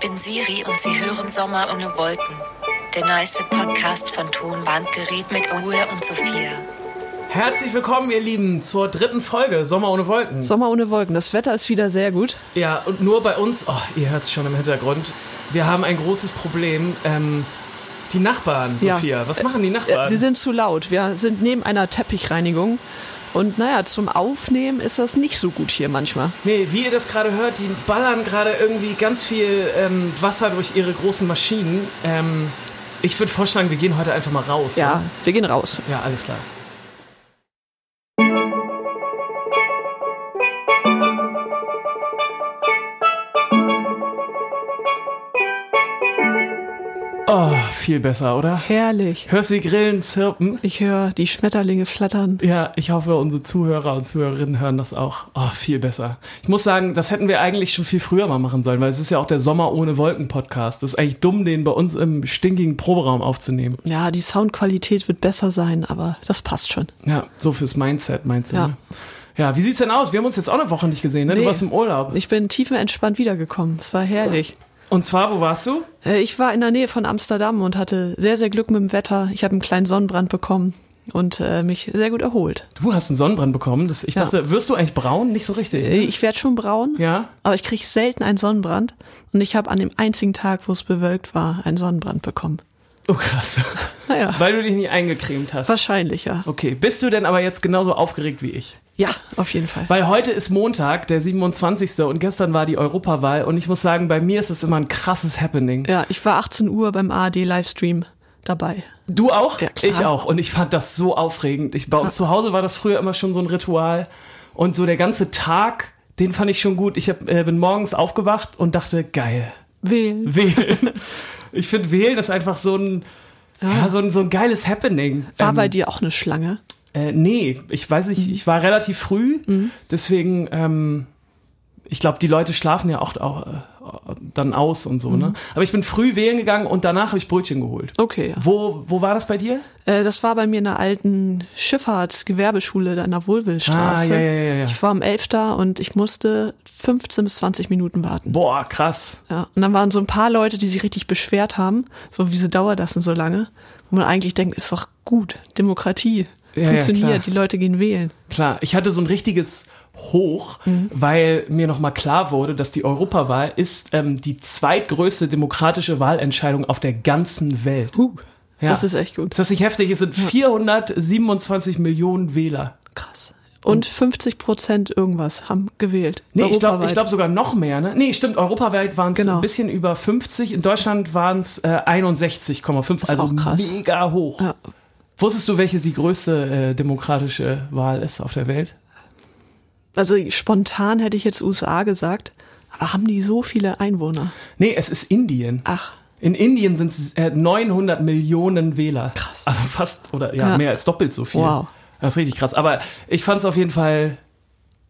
bin Siri und Sie hören Sommer ohne Wolken. Der nice Podcast von Tonbandgerät mit Ole und Sophia. Herzlich willkommen, ihr Lieben, zur dritten Folge Sommer ohne Wolken. Sommer ohne Wolken. Das Wetter ist wieder sehr gut. Ja, und nur bei uns, oh, ihr hört es schon im Hintergrund, wir haben ein großes Problem. Ähm, die Nachbarn, Ja. Sophia. Was machen die Nachbarn? Äh, Sie sind zu laut. Wir sind neben einer Teppichreinigung. Und naja, zum Aufnehmen ist das nicht so gut hier manchmal. nee, wie ihr das gerade hört, die ballern gerade irgendwie ganz viel ähm, Wasser durch ihre großen Maschinen. Ähm, ich würde vorschlagen, wir gehen heute einfach mal raus. Ja, wir gehen raus. Ne? Ja, alles klar. Oh, viel besser, oder? Herrlich. Hörst du die Grillen zirpen? Ich höre die Schmetterlinge flattern. Ja, ich hoffe, unsere Zuhörer und Zuhörerinnen hören das auch. Oh, viel besser. Ich muss sagen, das hätten wir eigentlich schon viel früher mal machen sollen, weil es ist ja auch der Sommer ohne Wolken Podcast. Das ist eigentlich dumm, den bei uns im stinkigen Proberaum aufzunehmen. Ja, die Soundqualität wird besser sein, aber das passt schon. Ja, so fürs Mindset, meinst du? Ja. ne? ja wie sieht's denn aus? Wir haben uns jetzt auch eine Woche nicht gesehen, ne? Du Nee. warst im Urlaub. Ich bin tiefenentspannt wiedergekommen. Es war herrlich. Und zwar, wo warst du? Äh, Ich war in der Nähe von Amsterdam und hatte sehr, sehr Glück mit dem Wetter. Ich habe einen kleinen Sonnenbrand bekommen und äh, mich sehr gut erholt. Du hast einen Sonnenbrand bekommen. Das, ich Ja. dachte, wirst du eigentlich braun? Nicht so richtig. Äh, Ich werde schon braun. Ja? Aber ich kriege selten einen Sonnenbrand und ich habe an dem einzigen Tag, wo es bewölkt war, einen Sonnenbrand bekommen. Oh, krass. Naja, Weil du dich nicht eingecremt hast. wahrscheinlich ja. Okay, bist du denn aber jetzt genauso aufgeregt wie ich? Ja, auf jeden Fall. Weil heute ist Montag, der 27. und gestern war die Europawahl und ich muss sagen, bei mir ist es immer ein krasses Happening. Ja, ich war 18 Uhr beim ARD-Livestream dabei. Du auch? Ja, klar. ich auch. Und ich fand das so aufregend. Ich, bei uns zu Hause war das früher immer schon so ein Ritual und so der ganze Tag, den fand ich schon gut. Ich hab, äh, bin morgens aufgewacht und dachte, geil, Wählen. wählen. ich finde wählen ist einfach so ein, ja. so ein, so ein geiles Happening. War Mhm. Ähm, bei dir auch eine Schlange? Äh, nee, ich weiß nicht, ich war relativ früh, Mhm. deswegen, ähm, ich glaube, die Leute schlafen ja auch, auch äh, dann aus und so, Mhm. ne? Aber ich bin früh wählen gegangen und danach habe ich Brötchen geholt. Okay, ja. Wo, wo war das bei dir? Äh, das war bei mir in der alten Schifffahrtsgewerbeschule da in der Wohlwillstraße. Ah, ja, ja, ja, ja. Ich war am 11. da und ich musste 15 bis 20 Minuten warten. Boah, krass. Ja, und dann waren so ein paar Leute, die sich richtig beschwert haben, so wieso dauert das denn so lange? Wo man eigentlich denkt, ist doch gut, Demokratie Ja, ja, funktioniert, klar. die Leute gehen wählen. Klar, ich hatte so ein richtiges Hoch, Mhm. weil mir nochmal klar wurde, dass die Europawahl ist ähm, die zweitgrößte demokratische Wahlentscheidung auf der ganzen Welt. Huh, Ja. Das ist echt gut. Ist das nicht heftig? Es sind 427 Millionen Wähler. Krass. Und 50 Prozent irgendwas haben gewählt. Nee, ich glaube ich Europaweit. glaub sogar noch mehr. Ne? Nee, stimmt, europaweit waren es Genau. ein bisschen über 50. In Deutschland waren es äh, 61,5. Also auch krass. mega hoch. Ja. Wusstest du, welche die größte äh, demokratische Wahl ist auf der Welt? Also spontan hätte ich jetzt USA gesagt, aber haben die so viele Einwohner? Nee, es ist Indien. Ach, In Indien sind es äh, 900 Millionen Wähler. Krass. Also fast, oder ja, Ja. mehr als doppelt so viel. Wow. Das ist richtig krass. Aber ich fand es auf jeden Fall,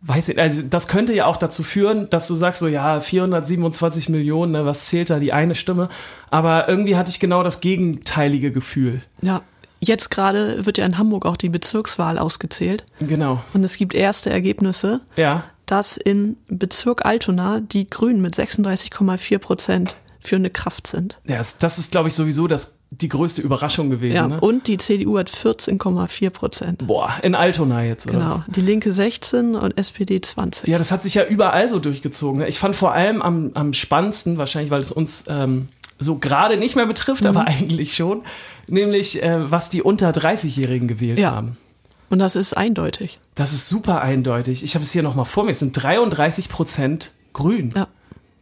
weiß ich, also das könnte ja auch dazu führen, dass du sagst, so ja, 427 Millionen, ne, was zählt da die eine Stimme? Aber irgendwie hatte ich genau das gegenteilige Gefühl. ja. Jetzt gerade wird ja in Hamburg auch die Bezirkswahl ausgezählt Genau. und es gibt erste Ergebnisse. Ja. dass in Bezirk Altona die Grünen mit 36,4 Prozent führende Kraft sind. ja das- das ist, glaube ich, sowieso das, die größte Überraschung gewesen. Ja, ne? Hm. und die CDU hat 14,4 Prozent. Boah, in Altona jetzt. Oder was? Genau. Die Linke 16 und SPD 20. Ja, das hat sich ja überall so durchgezogen. ne? Ich fand vor allem am, am spannendsten, wahrscheinlich, weil es uns ähm, so gerade nicht mehr betrifft, Mhm. aber eigentlich schon, nämlich äh, was die unter 30-Jährigen gewählt Ja. haben. Und das ist eindeutig. Das ist super eindeutig. Ich habe es hier nochmal vor mir. Es sind 33 Prozent grün. Ja.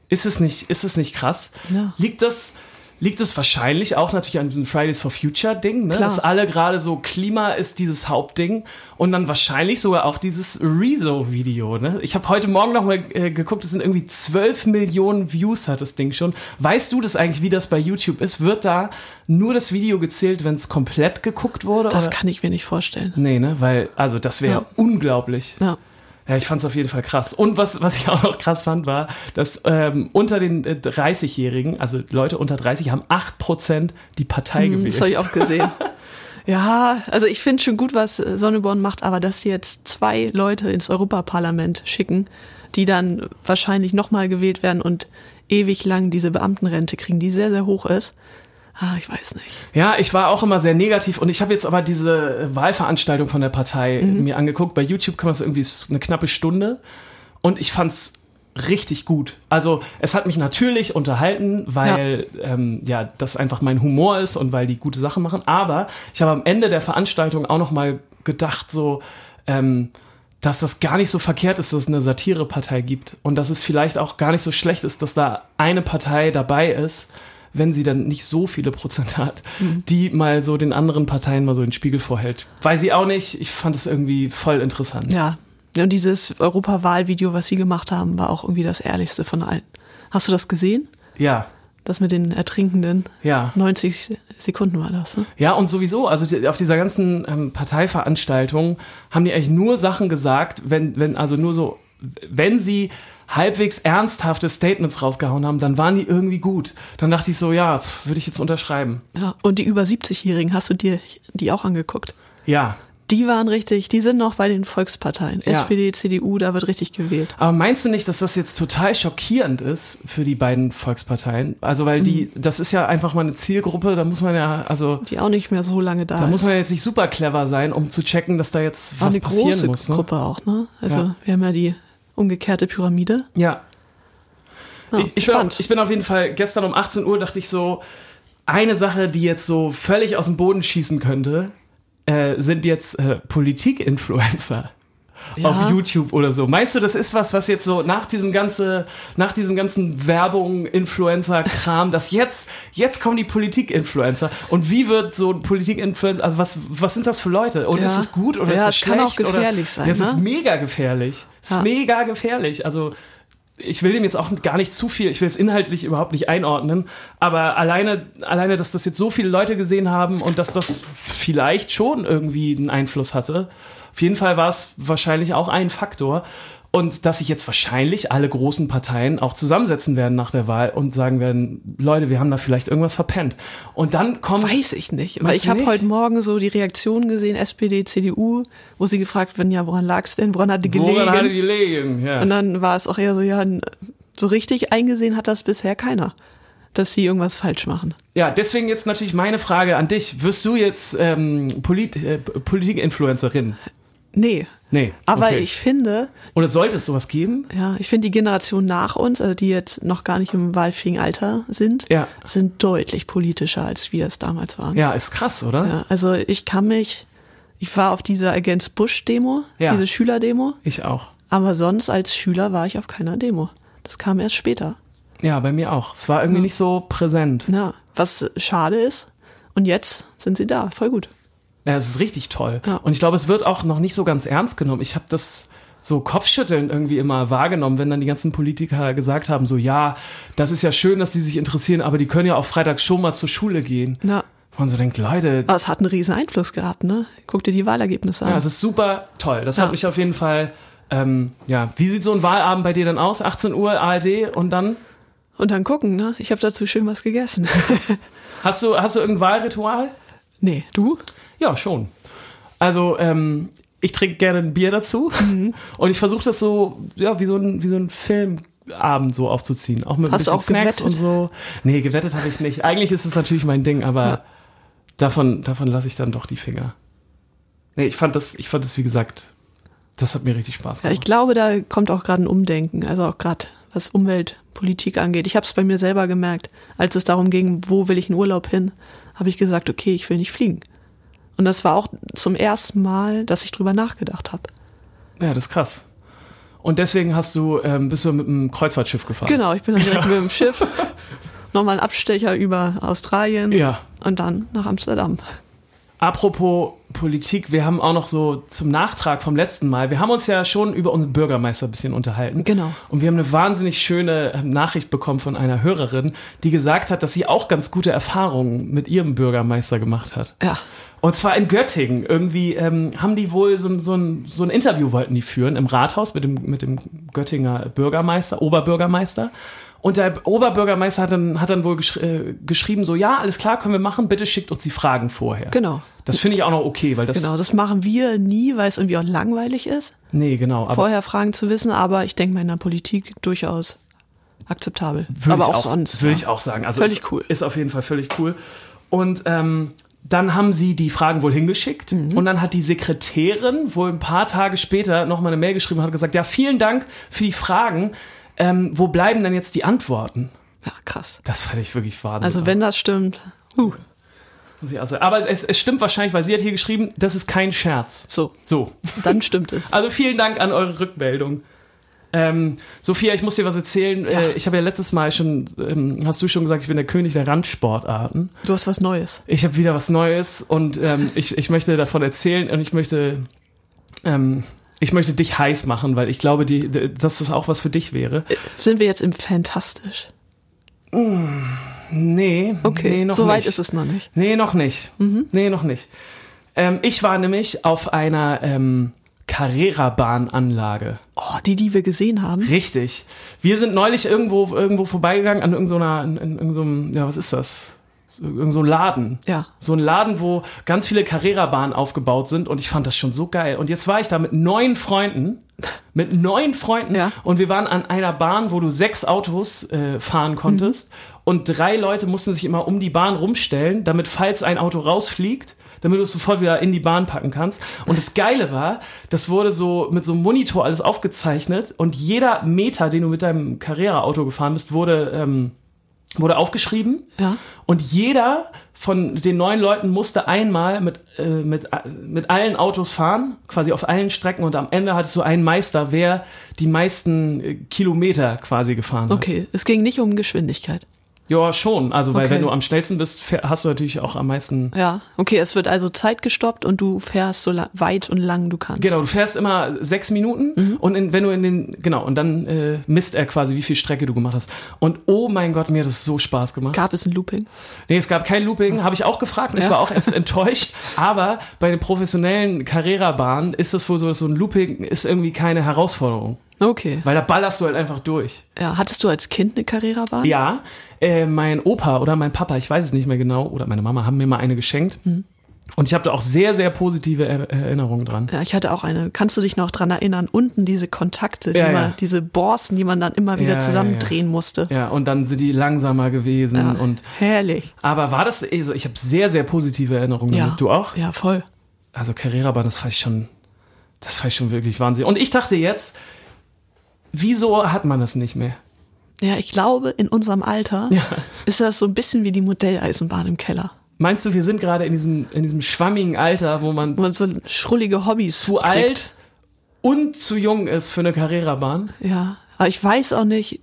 Ist es nicht, ist es nicht krass? Ja. Liegt das, liegt es wahrscheinlich auch natürlich an diesem Fridays for Future Ding, ne? Klar. Dass alle gerade so Klima ist dieses Hauptding und dann wahrscheinlich sogar auch dieses Rezo Video, ne? Ich habe heute Morgen nochmal äh, geguckt, es sind irgendwie 12 Millionen Views hat das Ding schon. Weißt du das eigentlich, wie das bei YouTube ist? Wird da nur das Video gezählt, wenn es komplett geguckt wurde? Das oder? kann ich mir nicht vorstellen. Nee, ne? Weil, also das wäre Ja. unglaublich. Ja. Ja, ich fand es auf jeden Fall krass. Und was, was ich auch noch krass fand, war, dass ähm, unter den äh, 30-Jährigen, also Leute unter 30, haben 8% die Partei gewählt. Hm, Das habe ich auch gesehen. Ja, also ich finde schon gut, was äh, Sonneborn macht, aber dass sie jetzt zwei Leute ins Europaparlament schicken, die dann wahrscheinlich nochmal gewählt werden und ewig lang diese Beamtenrente kriegen, die sehr, sehr hoch ist. Ah, ich weiß nicht. Ja, ich war auch immer sehr negativ und ich habe jetzt aber diese äh, Wahlveranstaltung von der Partei äh, mir angeguckt. Bei YouTube kann man es irgendwie ist eine knappe Stunde und ich fand's richtig gut. Also es hat mich natürlich unterhalten, weil Ähm, ja das einfach mein Humor ist und weil die gute Sachen machen. Aber ich habe am Ende der Veranstaltung auch noch mal gedacht so ähm, dass das gar nicht so verkehrt ist, dass es eine Satirepartei gibt und dass es vielleicht auch gar nicht so schlecht ist, dass da eine Partei dabei ist, wenn sie dann nicht so viele Prozent hat, die mal so den anderen Parteien mal so den Spiegel vorhält. Weiß ich auch nicht. Ich fand es irgendwie voll interessant. Ja. Ja, Und dieses Europawahlvideo, was sie gemacht haben, war auch irgendwie das ehrlichste von allen. Hast du das gesehen? Ja, Das mit den Ertrinkenden? ja. 90 Sekunden war das, ne? Ja, und sowieso, also die, auf dieser ganzen ähm, Parteiveranstaltung haben die eigentlich nur Sachen gesagt, wenn, wenn, also nur so, wenn sie halbwegs ernsthafte Statements rausgehauen haben, dann waren die irgendwie gut. Dann dachte ich so, ja, pf, würde ich jetzt unterschreiben. Ja. Und die über 70-Jährigen, hast du dir die auch angeguckt? Ja. Die waren richtig, die sind noch bei den Volksparteien. Ja. SPD, CDU, da wird richtig gewählt. Aber meinst du nicht, dass das jetzt total schockierend ist für die beiden Volksparteien? Also, weil die, Mhm. das ist ja einfach mal eine Zielgruppe, da muss man ja, also, Die auch nicht mehr so lange da, da ist. muss man jetzt nicht super clever sein, um zu checken, dass da jetzt war was eine passieren große muss. Ne? Gruppe auch, ne? Also Ja. wir haben ja die umgekehrte Pyramide. Ja, Ja, ich, ich, bin auf, ich bin auf jeden Fall, gestern um 18 Uhr dachte ich so, eine Sache, die jetzt so völlig aus dem Boden schießen könnte, äh, sind jetzt äh, Politik-Influencer Ja. auf YouTube oder so. Meinst du, das ist was, was jetzt so nach diesem ganze, nach diesem ganzen Werbung, Influencer-Kram, dass jetzt, jetzt kommen die Politik-Influencer und wie wird so ein Politik-Influencer, also was, was sind das für Leute? Und Ja. ist es gut oder Ja, ist es es kann auch schlecht oder- gefährlich sein, Ja, Es ist ne? mega gefährlich. Es ist Ja. mega gefährlich. Also ich will dem jetzt auch gar nicht zu viel, ich will es inhaltlich überhaupt nicht einordnen, aber alleine, alleine, dass das jetzt so viele Leute gesehen haben und dass das vielleicht schon irgendwie einen Einfluss hatte. Auf jeden Fall war es wahrscheinlich auch ein Faktor. Und dass sich jetzt wahrscheinlich alle großen Parteien auch zusammensetzen werden nach der Wahl und sagen werden, Leute, wir haben da vielleicht irgendwas verpennt. Und dann kommen. Weiß ich nicht. Weil Meinst ich du habe nicht? heute Morgen so die Reaktionen gesehen, SPD, CDU, wo sie gefragt werden, ja, woran lag's denn? Woran hat die gelegen? Woran hatte die Legen? Ja. Und dann war es auch eher so, ja, n- so richtig eingesehen hat das bisher keiner, dass sie irgendwas falsch machen. Ja, deswegen jetzt natürlich meine Frage an dich. Wirst du jetzt ähm, Polit äh, Politik-Influencerin? Nee. Nee. Aber okay. ich finde, Oder sollte es sowas geben? ja, ich finde die Generation nach uns, also die jetzt noch gar nicht im wahlfähigen Alter sind, Ja. sind deutlich politischer, als wir es damals waren. Ja, ist krass, oder? Ja, also ich kann mich, ich war auf dieser Against Bush-Demo, Ja. diese Schülerdemo, Ich auch. aber sonst als Schüler war ich auf keiner Demo. Das kam erst später. Ja, bei mir auch. Es war irgendwie nicht so präsent. Ja, was schade ist. Und jetzt sind sie da, voll gut. Ja, es ist richtig toll. Ja. Und ich glaube, es wird auch noch nicht so ganz ernst genommen. Ich habe das so Kopfschütteln irgendwie immer wahrgenommen, wenn dann die ganzen Politiker gesagt haben, so ja, das ist ja schön, dass die sich interessieren, aber die können ja auch freitags schon mal zur Schule gehen. Ja. Man so denkt, Leute, Aber es hat einen riesen Einfluss gehabt, ne? Guck dir die Wahlergebnisse an. Ja, also es ist super toll. Das Ja. hat mich auf jeden Fall. Ähm, ja, wie sieht so ein Wahlabend bei dir dann aus? 18 Uhr ARD und dann Und dann gucken, ne? Ich habe dazu schön was gegessen. hast du hast du irgendein Wahlritual? nee, du? Ja, schon. Also ähm, ich trinke gerne ein Bier dazu Mhm. und ich versuche das so ja wie so ein wie so ein Filmabend so aufzuziehen, auch mit Hast du ein bisschen auch Snacks gewettet? und so. Nee, gewettet habe ich nicht. Eigentlich ist es natürlich mein Ding, aber davon davon lasse ich dann doch die Finger. Nee, ich fand das ich fand das wie gesagt, das hat mir richtig Spaß Ja, gemacht. ich glaube, da kommt auch gerade ein Umdenken, also auch gerade was Umweltpolitik angeht. Ich habe es bei mir selber gemerkt, als es darum ging, wo will ich in Urlaub hin, habe ich gesagt, okay, ich will nicht fliegen. Und das war auch zum ersten Mal, dass ich drüber nachgedacht habe. Ja, das ist krass. Und deswegen hast du, ähm, bist du mit einem Kreuzfahrtschiff gefahren? Genau, ich bin dann direkt mit dem Schiff nochmal einen Abstecher über Australien Ja. und dann nach Amsterdam. Apropos Politik, wir haben auch noch so zum Nachtrag vom letzten Mal, wir haben uns ja schon über unseren Bürgermeister ein bisschen unterhalten. Genau. Und wir haben eine wahnsinnig schöne ähm, Nachricht bekommen von einer Hörerin, die gesagt hat, dass sie auch ganz gute Erfahrungen mit ihrem Bürgermeister gemacht hat. Ja. Und zwar in Göttingen. Irgendwie ähm, haben die wohl so, ein- so, ein, so ein Interview wollten die führen im Rathaus mit dem, mit dem Göttinger Bürgermeister, Oberbürgermeister. Und der Oberbürgermeister hat dann, hat dann wohl geschri äh, geschrieben, so, ja, alles klar, können wir machen, bitte schickt uns die Fragen vorher. Genau. Das finde ich auch noch okay, weil das... Genau, das machen wir nie, weil es irgendwie auch langweilig ist, Nee, genau. Aber vorher Fragen zu wissen, aber ich denke mal in der Politik durchaus akzeptabel. Würde Aber ich auch, sonst. ne? Würde ja. ich auch sagen. Also Völlig ist, cool. Ist auf jeden Fall völlig cool. Und ähm, dann haben sie die Fragen wohl hingeschickt Mhm. und dann hat die Sekretärin wohl ein paar Tage später nochmal eine Mail geschrieben und hat gesagt, ja, vielen Dank für die Fragen. Ähm, wo bleiben denn jetzt die Antworten? ja, krass. Das fand ich wirklich wahnsinnig. Also wenn das stimmt, huh, Muss ich auch sagen. Aber es, es stimmt wahrscheinlich, weil sie hat hier geschrieben, das ist kein Scherz. so, So. dann stimmt es. Also vielen Dank an eure Rückmeldung. Ähm, Sophia, ich muss dir was erzählen. Ja. Äh, ich habe ja letztes Mal schon, ähm, hast du schon gesagt, ich bin der König der Randsportarten. Du hast was Neues. Ich habe wieder was Neues und ähm, ich, ich möchte davon erzählen und ich möchte, ähm, ich möchte dich heiß machen, weil ich glaube, die, d- dass das auch was für dich wäre. Äh, Sind wir jetzt im Fantastisch? Nee, Okay, nee, noch so weit nicht. ist es Mhm. noch nicht. Nee, noch nicht. Nee, noch nicht. Ähm, ich war nämlich auf einer ähm, Carrera-Bahnanlage. Oh, die, die wir gesehen haben. Richtig. Wir sind neulich irgendwo, irgendwo vorbeigegangen an irgendeiner, in, in irgendeinem, ja, was ist das? Irgend so ein Laden. Ja. So ein Laden, wo ganz viele Carrera-Bahnen aufgebaut sind und ich fand das schon so geil. Und jetzt war ich da mit neun Freunden, mit neun Freunden Ja. und wir waren an einer Bahn, wo du sechs Autos äh, fahren konntest und drei Leute mussten sich immer um die Bahn rumstellen, damit falls ein Auto rausfliegt, damit du es sofort wieder in die Bahn packen kannst. Und das Geile war, das wurde so mit so einem Monitor alles aufgezeichnet und jeder Meter, den du mit deinem Carrera-Auto gefahren bist, wurde, ähm, wurde aufgeschrieben. Ja. Und jeder von den neun Leuten musste einmal mit, äh, mit, äh, mit allen Autos fahren, quasi auf allen Strecken. Und am Ende hattest du einen Meister, wer die meisten äh, Kilometer quasi gefahren hat. Okay, es ging nicht um Geschwindigkeit. Ja, schon. Also, weil Okay. wenn du am schnellsten bist, fähr- hast du natürlich auch am meisten. Ja, okay, es wird also Zeit gestoppt und du fährst so la- weit und lang du kannst. Genau, du fährst immer sechs Minuten Mhm. und in, wenn du in den, genau, und dann äh, misst er quasi, wie viel Strecke du gemacht hast. Und oh mein Gott, mir hat das so Spaß gemacht. Gab es ein Looping? Nee, es gab kein Looping, habe ich auch gefragt. und Ich Hm. Ja. war auch erst enttäuscht. Aber bei den professionellen Carrera-Bahnen ist das wohl so, dass so ein Looping ist irgendwie keine Herausforderung. Okay. Weil da ballerst du halt einfach durch. Ja, hattest du als Kind eine Carrera-Bahn? Ja, äh, mein Opa oder mein Papa, ich weiß es nicht mehr genau, oder meine Mama haben mir mal eine geschenkt. Hm. Und ich habe da auch sehr, sehr positive er äh, Erinnerungen dran. Ja, ich hatte auch eine. Kannst du dich noch dran erinnern? Unten diese Kontakte, die Ja, man, ja. diese Borsten, die man dann immer wieder Ja, zusammendrehen musste. Ja, und dann sind die langsamer gewesen. Ja, Und, herrlich. aber war das, also ich habe sehr, sehr positive Erinnerungen. Ja. damit. Du auch? Ja, voll. also Carrera-Bahn, das fand ich schon, das fand ich schon wirklich Wahnsinn. Und ich dachte jetzt, wieso hat man das nicht mehr? Ja, ich glaube, in unserem Alter ist das so ein bisschen wie die Modelleisenbahn im Keller. Meinst du, wir sind gerade in diesem, in diesem schwammigen Alter, wo man Wo man so schrullige Hobbys zu kriegt. alt und zu jung ist für eine Carrera-Bahn? Ja, aber ich weiß auch nicht,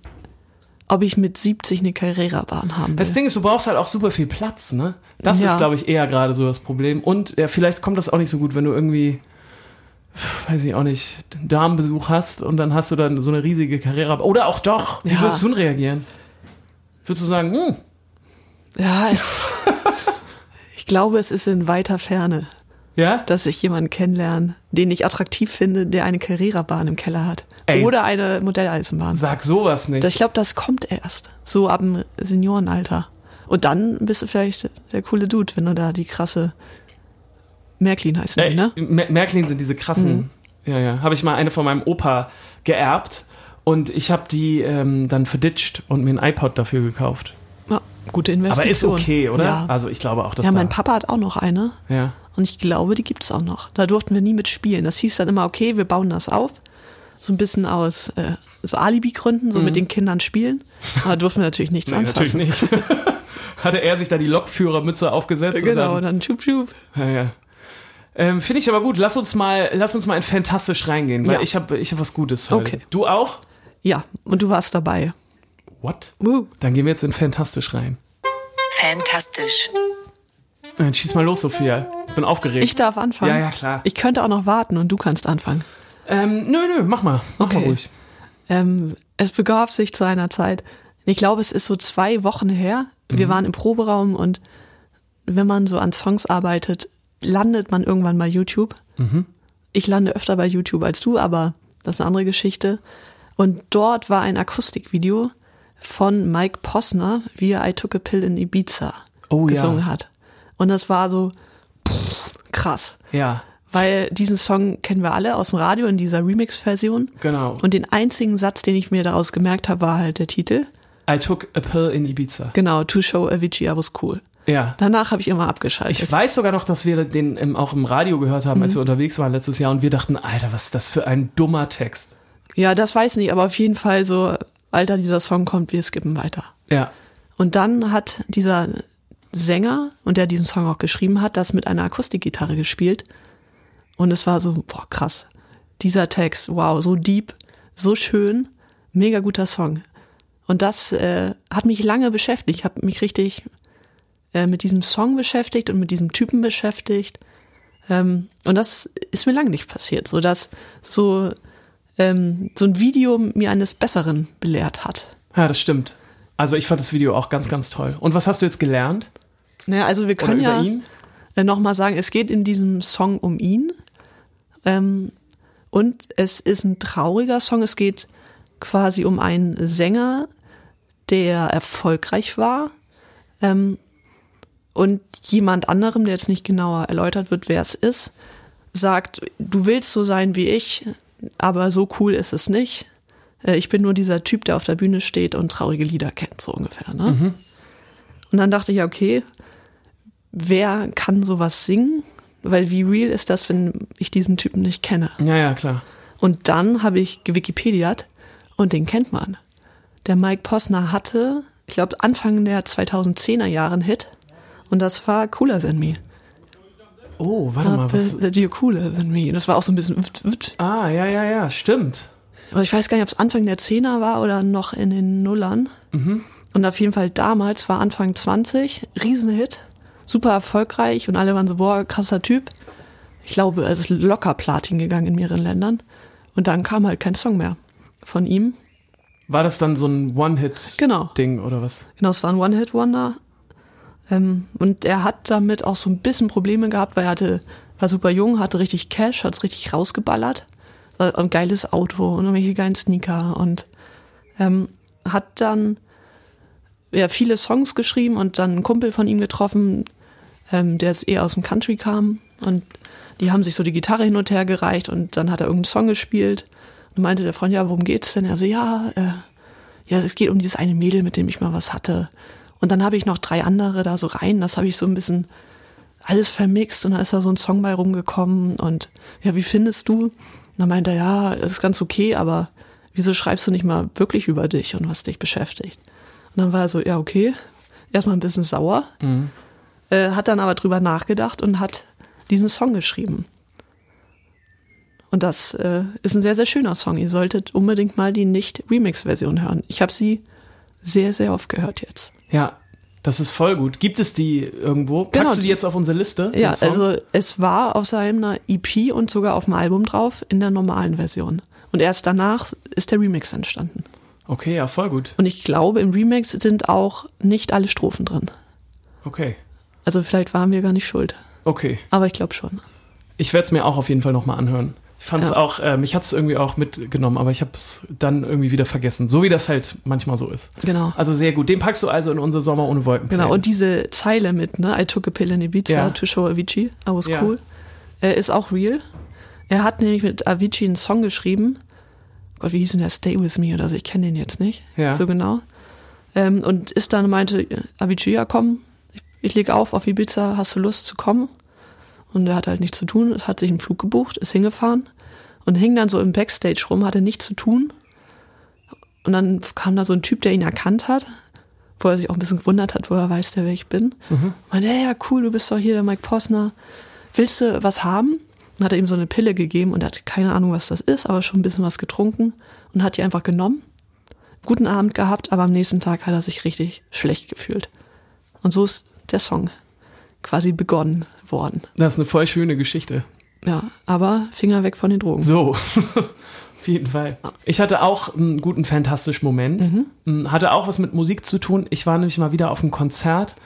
ob ich mit 70 eine Carrera-Bahn haben Das will. Ding ist, du brauchst halt auch super viel Platz, ne? Das Ja. ist, glaube ich, eher gerade so das Problem. Und ja, vielleicht kommt das auch nicht so gut, wenn du irgendwie, weiß ich auch nicht, Damenbesuch hast und dann hast du dann so eine riesige Carrera. Oder auch doch. Wie Ja. würdest du denn reagieren? Würdest du sagen, hm, Ja, es, ich glaube, es ist in weiter Ferne, ja? dass ich jemanden kennenlerne, den ich attraktiv finde, der eine Carrera-Bahn im Keller hat. Ey. Oder eine Modelleisenbahn. Sag sowas nicht. Ich glaube, das kommt erst. So ab dem Seniorenalter. Und dann bist du vielleicht der coole Dude, wenn du da die krasse Märklin heißt, die, Mhm. Ey, ne? Mer- Märklin sind diese krassen. Ja, ja. Habe ich mal eine von meinem Opa geerbt und ich habe die ähm, dann verditscht und mir ein iPod dafür gekauft. Ja, gute Investition. Aber ist okay, oder? Ja, Also ich glaube auch, dass ja mein da- Papa hat auch noch eine. Ja. Und ich glaube, die gibt's auch noch. Da durften wir nie mitspielen. Das hieß dann immer, okay, wir bauen das auf. So ein bisschen aus äh, so Alibi-Gründen, so mit den Kindern spielen. Aber durften wir natürlich nichts Mhm. Nee, natürlich anfassen. nicht. Hatte er sich da die Lokführermütze aufgesetzt? Genau, und Und dann tschup, tschup. dann, ja, ja. Ähm, Finde ich aber gut. Lass uns mal, lass uns mal in fantastisch reingehen, weil Ja. ich habe, ich habe was Gutes. Heute. Okay. Du auch? Ja, und du warst dabei. What? Uh, Dann gehen wir jetzt in fantastisch rein. Fantastisch. Dann schieß mal los, Sophia. Ich bin aufgeregt. ich darf anfangen. Ja, ja, klar. Ich könnte auch noch warten und du kannst anfangen. Ähm, nö, nö, mach mal. Mach mal Okay. ruhig. Ähm, es begab sich zu einer Zeit, ich glaube, es ist so zwei Wochen her. Mhm. Wir waren im Proberaum und wenn man so an Songs arbeitet, landet man irgendwann bei YouTube. Mhm. Ich lande öfter bei YouTube als du, aber das ist eine andere Geschichte. Und dort war ein Akustikvideo von Mike Posner, wie er I Took a Pill in Ibiza Oh ja. gesungen hat. Und das war so pff, krass Ja. weil diesen Song kennen wir alle aus dem Radio in dieser Remix-Version. Genau. Und den einzigen Satz, den ich mir daraus gemerkt habe, war halt der Titel. I took a pill in Ibiza. Genau, To Show Avicii I Was Cool. Ja. Danach habe ich immer Ich abgeschaltet. weiß sogar noch, dass wir den im, auch im Radio gehört haben, Mhm. als wir unterwegs waren letztes Jahr und wir dachten, Alter, was ist das für ein dummer Text. Ja, das weiß nicht, aber auf jeden Fall so, Alter, dieser Song kommt, wir skippen weiter. Ja. Und dann hat dieser Sänger, und der diesen Song auch geschrieben hat, das mit einer Akustikgitarre gespielt. Und es war so, boah, krass. Dieser Text, wow, so deep, so schön, mega guter Song. Und das äh, hat mich lange beschäftigt. Ich habe mich richtig äh, mit diesem Song beschäftigt und mit diesem Typen beschäftigt. Ähm, und das ist mir lange nicht passiert, so dass so, ähm, so ein Video mir eines Besseren belehrt hat. Ja, das stimmt. Also ich fand das Video auch ganz, ganz toll. Und was hast du jetzt gelernt? Naja, also wir Oder können über ja ihn? äh, nochmal sagen, es geht in diesem Song um ihn. Ähm, und es ist ein trauriger Song. Es geht quasi um einen Sänger, der erfolgreich war. Ähm, und jemand anderem, der jetzt nicht genauer erläutert wird, wer es ist, sagt, du willst so sein wie ich, aber so cool ist es nicht. Äh, Ich bin nur dieser Typ, der auf der Bühne steht und traurige Lieder kennt, so ungefähr. Ne? Und dann dachte ich, ja, okay, wer kann sowas singen? Weil wie real ist das, wenn ich diesen Typen nicht kenne? Ja, ja, klar. Und dann habe ich gewikipediert und den kennt man. Der Mike Posner hatte, ich glaube, Anfang der 2010er Jahre einen Hit und das war Cooler Than Me. Oh, warte mal, was... That you're cooler than me. Und das war auch so ein bisschen. wft, wft. Ah, ja, ja, ja, stimmt. Und ich weiß gar nicht, ob es Anfang der Zehner war oder noch in den Nullern. Und auf jeden Fall damals war Anfang 20, Riesenhit, super erfolgreich und alle waren so, boah, krasser Typ. Ich glaube, es ist locker Platin gegangen in mehreren Ländern. Und dann kam halt kein Song mehr von ihm. War das dann so ein One-Hit-Ding Genau. oder was? Genau, es war ein One-Hit-Wonder. Ähm, und er hat damit auch so ein bisschen Probleme gehabt, weil er hatte, war super jung, hatte richtig Cash, hat es richtig rausgeballert. Äh, Ein geiles Auto und irgendwelche geilen Sneaker und ähm, hat dann ja, viele Songs geschrieben und dann einen Kumpel von ihm getroffen, ähm, der ist eher aus dem Country kam und die haben sich so die Gitarre hin und her gereicht und dann hat er irgendeinen Song gespielt und meinte der Freund, ja, worum geht's denn? Er so, ja, äh, ja, es geht um dieses eine Mädel, mit dem ich mal was hatte. Und dann habe ich noch drei andere da so rein, das habe ich so ein bisschen alles vermixt und da ist da so ein Song bei rumgekommen und ja, wie findest du? Und dann meinte er, ja, es ist ganz okay, aber wieso schreibst du nicht mal wirklich über dich und was dich beschäftigt? Und dann war er so, ja, okay, erstmal ein bisschen sauer, äh, hat dann aber drüber nachgedacht und hat diesen Song geschrieben. Und das äh, ist ein sehr, sehr schöner Song. Ihr solltet unbedingt mal die Nicht-Remix-Version hören. Ich habe sie sehr, sehr oft gehört jetzt. Ja, das ist voll gut. Gibt es die irgendwo? Packst Genau. du die jetzt auf unsere Liste? den Ja, Song? also es war auf seiner EP und sogar auf dem Album drauf in der normalen Version. Und erst danach ist der Remix entstanden. Okay, ja, voll gut. Und ich glaube, im Remix sind auch nicht alle Strophen drin. Okay, Also vielleicht waren wir gar nicht schuld. okay. Aber ich glaube schon. Ich werde es mir auch auf jeden Fall nochmal anhören. Ich fand es Ja. auch, äh, mich hat es irgendwie auch mitgenommen, aber ich habe es dann irgendwie wieder vergessen. So wie das halt manchmal so ist. Genau. Also sehr gut. Den packst du also in unser Sommer ohne Wolken. Genau, und Playlist. diese Zeile mit, ne, I took a pill in Ibiza Ja. to show Avicii, I was Ja. cool, äh, ist auch real. Er hat nämlich mit Avicii einen Song geschrieben. Gott, wie hieß denn der? Stay With Me oder so, ich kenne den jetzt nicht Ja. so genau. Ähm, und ist dann meinte, Avicii, ja komm, ich, ich lege auf auf Ibiza, hast du Lust zu kommen? Und er hatte halt nichts zu tun, es hat sich einen Flug gebucht, ist hingefahren und hing dann so im Backstage rum, hatte nichts zu tun. Und dann kam da so ein Typ, der ihn erkannt hat, wo er sich auch ein bisschen gewundert hat, woher weiß der, wer ich bin. Meinte, ja, ja, cool, du bist doch hier der Mike Posner. Willst du was haben? Dann hat er ihm so eine Pille gegeben und er hatte keine Ahnung, was das ist, aber schon ein bisschen was getrunken und hat die einfach genommen. Guten Abend gehabt, aber am nächsten Tag hat er sich richtig schlecht gefühlt. Und so ist der Song quasi begonnen worden. Das ist eine voll schöne Geschichte. Ja, aber Finger weg von den Drogen. So. Auf jeden Fall. Ich hatte auch einen guten, fantastischen Moment. Mhm. Hatte auch was mit Musik zu tun. Ich war nämlich mal wieder auf einem Konzert,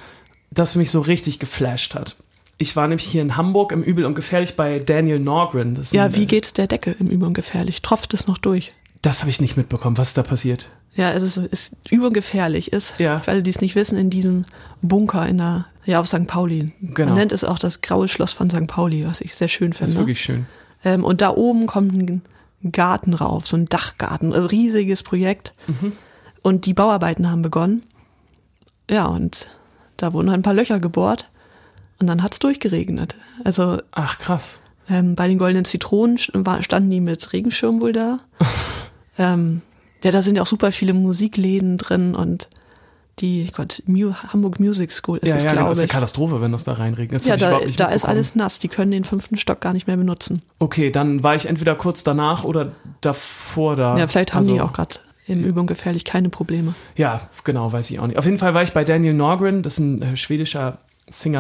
das mich so richtig geflasht hat. Ich war nämlich hier in Hamburg im Übel und Gefährlich bei Daniel Norgren. Das ist Ja, ein- äh, wie geht's der Decke im Übung gefährlich? Tropft es noch durch? Das habe ich nicht mitbekommen, was ist da passiert. Ja, es ist, es ist übergefährlich ist. Ja. Für alle, die es nicht wissen, in diesem Bunker in der, ja, auf St. Pauli. Genau. Man nennt es auch das graue Schloss von St. Pauli, was ich sehr schön Das ist finde. wirklich schön. Ähm, und da oben kommt ein Garten rauf, so ein Dachgarten, also riesiges Projekt. Mhm. Und die Bauarbeiten haben begonnen. Ja, und da wurden halt ein paar Löcher gebohrt. Und dann hat's durchgeregnet. Also Ach, krass. ähm, bei den goldenen Zitronen st- war- standen die mit Regenschirm wohl da. ähm, ja, da sind ja auch super viele Musikläden drin und die, Gott, Mu Hamburg Music School ist ja, es, ja, genau. glaube Das ist eine ich. Katastrophe, wenn das da reinregnet. Das Ja, hab ich da, überhaupt nicht da ist mitbekommen. alles nass. Die können den fünften Stock gar nicht mehr benutzen. Okay, dann war ich entweder kurz danach oder davor da. ja, vielleicht haben also, die auch gerade in Übung gefährlich keine Probleme. Ja, genau, weiß ich auch nicht. Auf jeden Fall war ich bei Daniel Norgren, das ist ein äh, schwedischer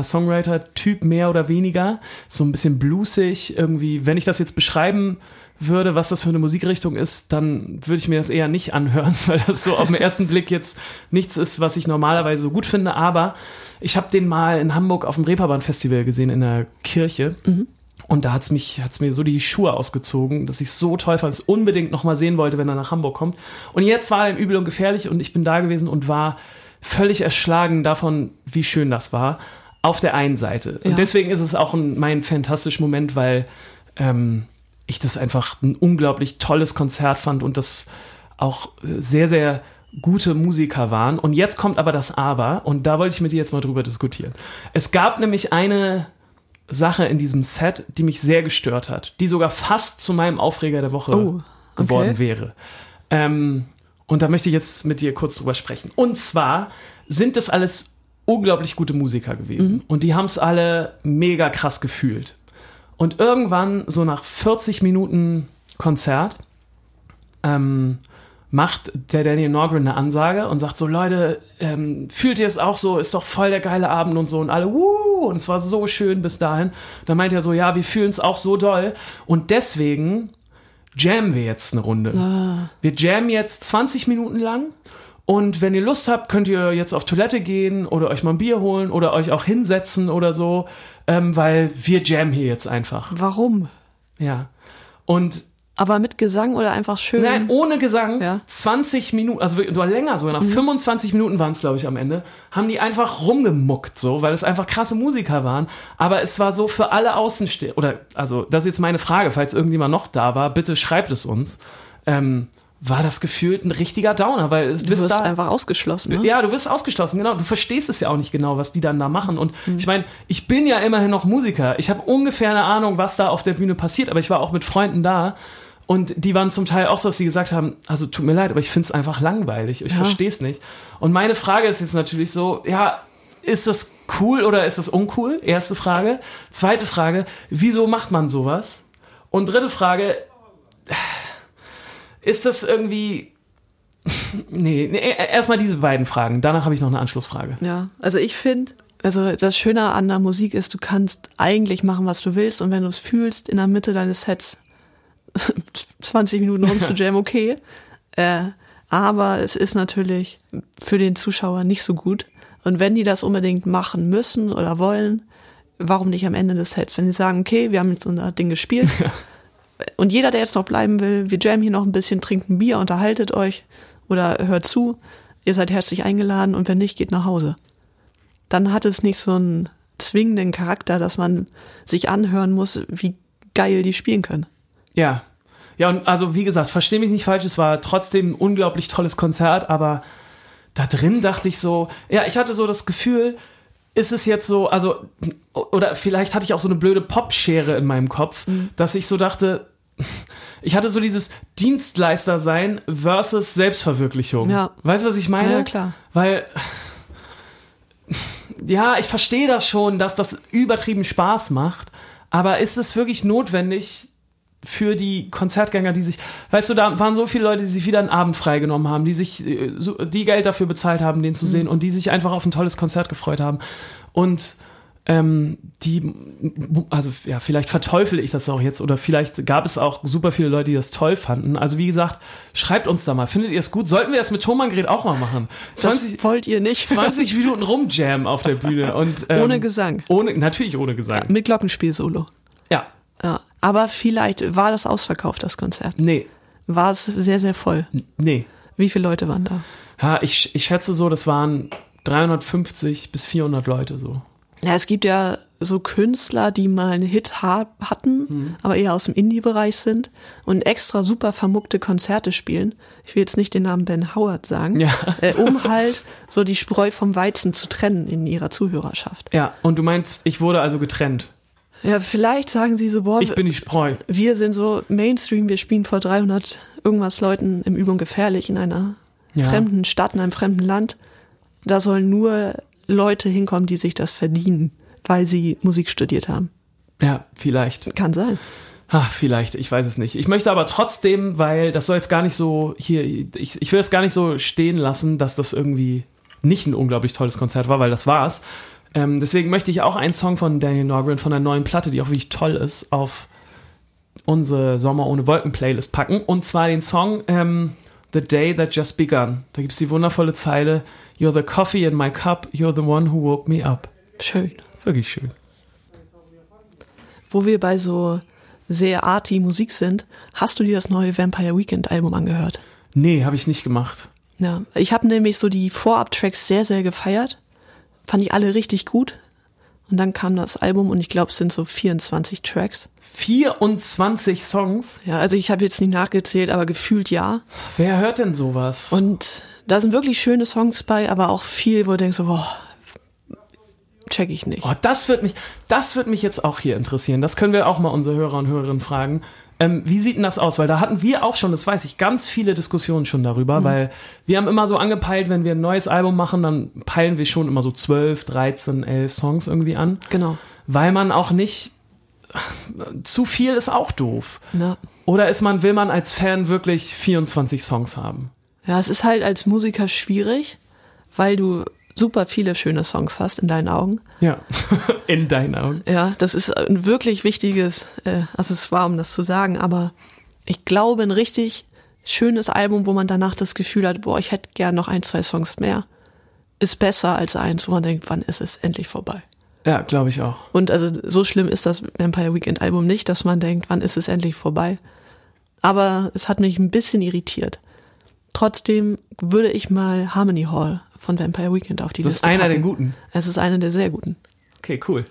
Singer-Songwriter-Typ, mehr oder weniger. So ein bisschen bluesig irgendwie. Wenn ich das jetzt beschreiben würde, was das für eine Musikrichtung ist, dann würde ich mir das eher nicht anhören, weil das so auf den ersten Blick jetzt nichts ist, was ich normalerweise so gut finde. Aber ich habe den mal in Hamburg auf dem Reeperbahn-Festival gesehen, in der Kirche. Und da hat's mich, hat's mir so die Schuhe ausgezogen, dass ich so toll fand, es unbedingt nochmal sehen wollte, wenn er nach Hamburg kommt. Und jetzt war er im Übel und Gefährlich und ich bin da gewesen und war völlig erschlagen davon, wie schön das war. Auf der einen Seite. Ja. Und deswegen ist es auch ein, mein fantastischer Moment, weil ähm, ich das einfach ein unglaublich tolles Konzert fand und das auch äh, sehr, sehr gute Musiker waren. Und jetzt kommt aber das Aber und da wollte ich mit dir jetzt mal drüber diskutieren. Es gab nämlich eine Sache in diesem Set, die mich sehr gestört hat, die sogar fast zu meinem Aufreger der Woche Oh, okay. geworden wäre. Ähm, und da möchte ich jetzt mit dir kurz drüber sprechen. Und zwar sind das alles unglaublich gute Musiker gewesen. Mhm. Und die haben es alle mega krass gefühlt. Und irgendwann, so nach 40 Minuten Konzert, ähm, macht der Daniel Norgren eine Ansage und sagt so, Leute, ähm, fühlt ihr es auch so? Ist doch voll der geile Abend und so. Und alle, wuh, und es war so schön bis dahin. Dann meint er so, ja, wir fühlen es auch so doll. Und deswegen jammen wir jetzt eine Runde. Wir jammen jetzt 20 Minuten lang. Und wenn ihr Lust habt, könnt ihr jetzt auf Toilette gehen oder euch mal ein Bier holen oder euch auch hinsetzen oder so, ähm, weil wir jammen hier jetzt einfach. Warum? Ja. Und Aber mit Gesang oder einfach schön? Nein, ohne Gesang. Ähm, Ja. Mhm. 20 Minuten, also wirklich- oder länger sogar, nach 25 Minuten waren es, glaube ich, am Ende, haben die einfach rumgemuckt, so, weil es einfach krasse Musiker waren. Aber es war so für alle Außenstehende, oder, also, das ist jetzt meine Frage, falls irgendjemand noch da war, bitte schreibt es uns. Ähm, war das gefühlt ein richtiger Downer, weil es du bis wirst da einfach ausgeschlossen. Ne? ja, du wirst ausgeschlossen, genau. Du verstehst es ja auch nicht genau, was die dann da machen. Und ich meine, ich bin ja immerhin noch Musiker. Ich habe ungefähr eine Ahnung, was da auf der Bühne passiert, aber ich war auch mit Freunden da. Und die waren zum Teil auch so, dass sie gesagt haben, also tut mir leid, aber ich find's einfach langweilig. Ich verstehe es nicht. Und meine Frage ist jetzt natürlich so, ja, ist das cool oder ist das uncool? Erste Frage. Zweite Frage, wieso macht man sowas? Und dritte Frage, ist das irgendwie Nee, nee erstmal diese beiden Fragen. Danach habe ich noch eine Anschlussfrage. Ja, also ich finde, also das Schöne an der Musik ist, du kannst eigentlich machen, was du willst und wenn du es fühlst, in der Mitte deines Sets 20 Minuten rumzujammen, okay. Äh, aber es ist natürlich für den Zuschauer nicht so gut. Und wenn die das unbedingt machen müssen oder wollen, warum nicht am Ende des Sets? Wenn sie sagen, okay, wir haben jetzt unser Ding gespielt und jeder, der jetzt noch bleiben will, wir jammen hier noch ein bisschen, trinkt ein Bier, unterhaltet euch oder hört zu, ihr seid herzlich eingeladen und wenn nicht, geht nach Hause. Dann hat es nicht so einen zwingenden Charakter, dass man sich anhören muss, wie geil die spielen können. Ja. Ja, und also wie gesagt, verstehe mich nicht falsch, es war trotzdem ein unglaublich tolles Konzert, aber da drin dachte ich so, ja, ich hatte so das Gefühl, ist es jetzt so, also, oder vielleicht hatte ich auch so eine blöde Popschere in meinem Kopf, Mhm. dass ich so dachte, ich hatte so dieses Dienstleister sein versus Selbstverwirklichung. Ja. Weißt du, was ich meine? Ja, klar. Weil, ja, ich verstehe das schon, dass das übertrieben Spaß macht, aber ist es wirklich notwendig für die Konzertgänger, die sich, weißt du, da waren so viele Leute, die sich wieder einen Abend freigenommen haben, die sich, äh, so- die Geld dafür bezahlt haben, Mhm. den zu sehen und die sich einfach auf ein tolles Konzert gefreut haben. Und ähm, die, also ja, vielleicht verteufel ich das auch jetzt oder vielleicht gab es auch super viele Leute, die das toll fanden. Also wie gesagt, schreibt uns da mal. Findet ihr es gut? Sollten wir das mit Thomann Gret auch mal machen? 20, das wollt ihr nicht. 20 Minuten rumjammen auf der Bühne und ähm, Ohne Gesang. Ohne, natürlich ohne Gesang. Mit Glockenspiel-Solo. Ja, Ja. Aber vielleicht war das ausverkauft, das Konzert. nee, War es sehr, sehr voll. nee. Wie viele Leute waren da? Ja, ich, ich schätze so, das waren 350 bis 400 Leute so. Ja, es gibt ja so Künstler, die mal einen Hit ha hatten, Mhm. aber eher aus dem Indie-Bereich sind und extra super vermuckte Konzerte spielen. Ich will jetzt nicht den Namen Ben Howard sagen, Ja. äh, um halt so die Spreu vom Weizen zu trennen in ihrer Zuhörerschaft. Ja, und du meinst, ich wurde also getrennt. Ja, vielleicht sagen sie so, boah, Ich bin die Spreu. wir sind so Mainstream, wir spielen vor 300 irgendwas Leuten im Übung gefährlich in einer Ja. fremden Stadt, in einem fremden Land. Da sollen nur Leute hinkommen, die sich das verdienen, weil sie Musik studiert haben. Ja, vielleicht. Kann sein. Ach, Ah, vielleicht, ich weiß es nicht. Ich möchte aber trotzdem, weil das soll jetzt gar nicht so hier, ich, ich will es gar nicht so stehen lassen, dass das irgendwie nicht ein unglaublich tolles Konzert war, weil das war's. Ähm, deswegen möchte ich auch einen Song von Daniel Norbrin von der neuen Platte, die auch wirklich toll ist, auf unsere Sommer ohne Wolken Playlist packen. Und zwar den Song ähm, The Day That Just Begun. Da gibt's die wundervolle Zeile You're the coffee in my cup, you're the one who woke me up. Schön. Wirklich schön. Wo wir bei so sehr arty Musik sind, hast du dir das neue Vampire Weekend Album angehört? Nee, habe ich nicht gemacht. Ja, ich habe nämlich so die Vorab-Tracks sehr, sehr gefeiert. Fand ich alle richtig gut. Und dann kam das Album und ich glaube, es sind so 24 Tracks. 24 Songs? Ja, also ich habe jetzt nicht nachgezählt, aber gefühlt ja. Wer hört denn sowas? Und da sind wirklich schöne Songs bei, aber auch viel, wo du denkst, so, boah, check ich nicht. oh, das wird mich, das wird mich jetzt auch hier interessieren. Das können wir auch mal unsere Hörer und Hörerinnen fragen. Ähm, wie sieht denn das aus? Weil da hatten wir auch schon, das weiß ich, ganz viele Diskussionen schon darüber, Mhm. weil wir haben immer so angepeilt, wenn wir ein neues Album machen, dann peilen wir schon immer so 12, 13, 11 Songs irgendwie an, Genau. weil man auch nicht, zu viel ist auch doof. Ja. Oder ist man, will man als Fan wirklich 24 Songs haben? ja, es ist halt als Musiker schwierig, weil du super viele schöne Songs hast in deinen Augen. Ja, in deinen Augen. Ja, das ist ein wirklich wichtiges äh, Accessoire, um das zu sagen, aber ich glaube, ein richtig schönes Album, wo man danach das Gefühl hat, boah, ich hätte gern noch ein, zwei Songs mehr, ist besser als eins, wo man denkt, wann ist es endlich vorbei? Ja, glaube ich auch. Und also so schlimm ist das Vampire Weekend Album nicht, dass man denkt, wann ist es endlich vorbei. Aber es hat mich ein bisschen irritiert. Trotzdem würde ich mal Harmony Hall von Vampire Weekend auf die Das ist Liste einer der packen. guten. Es ist einer der sehr guten. Okay, cool.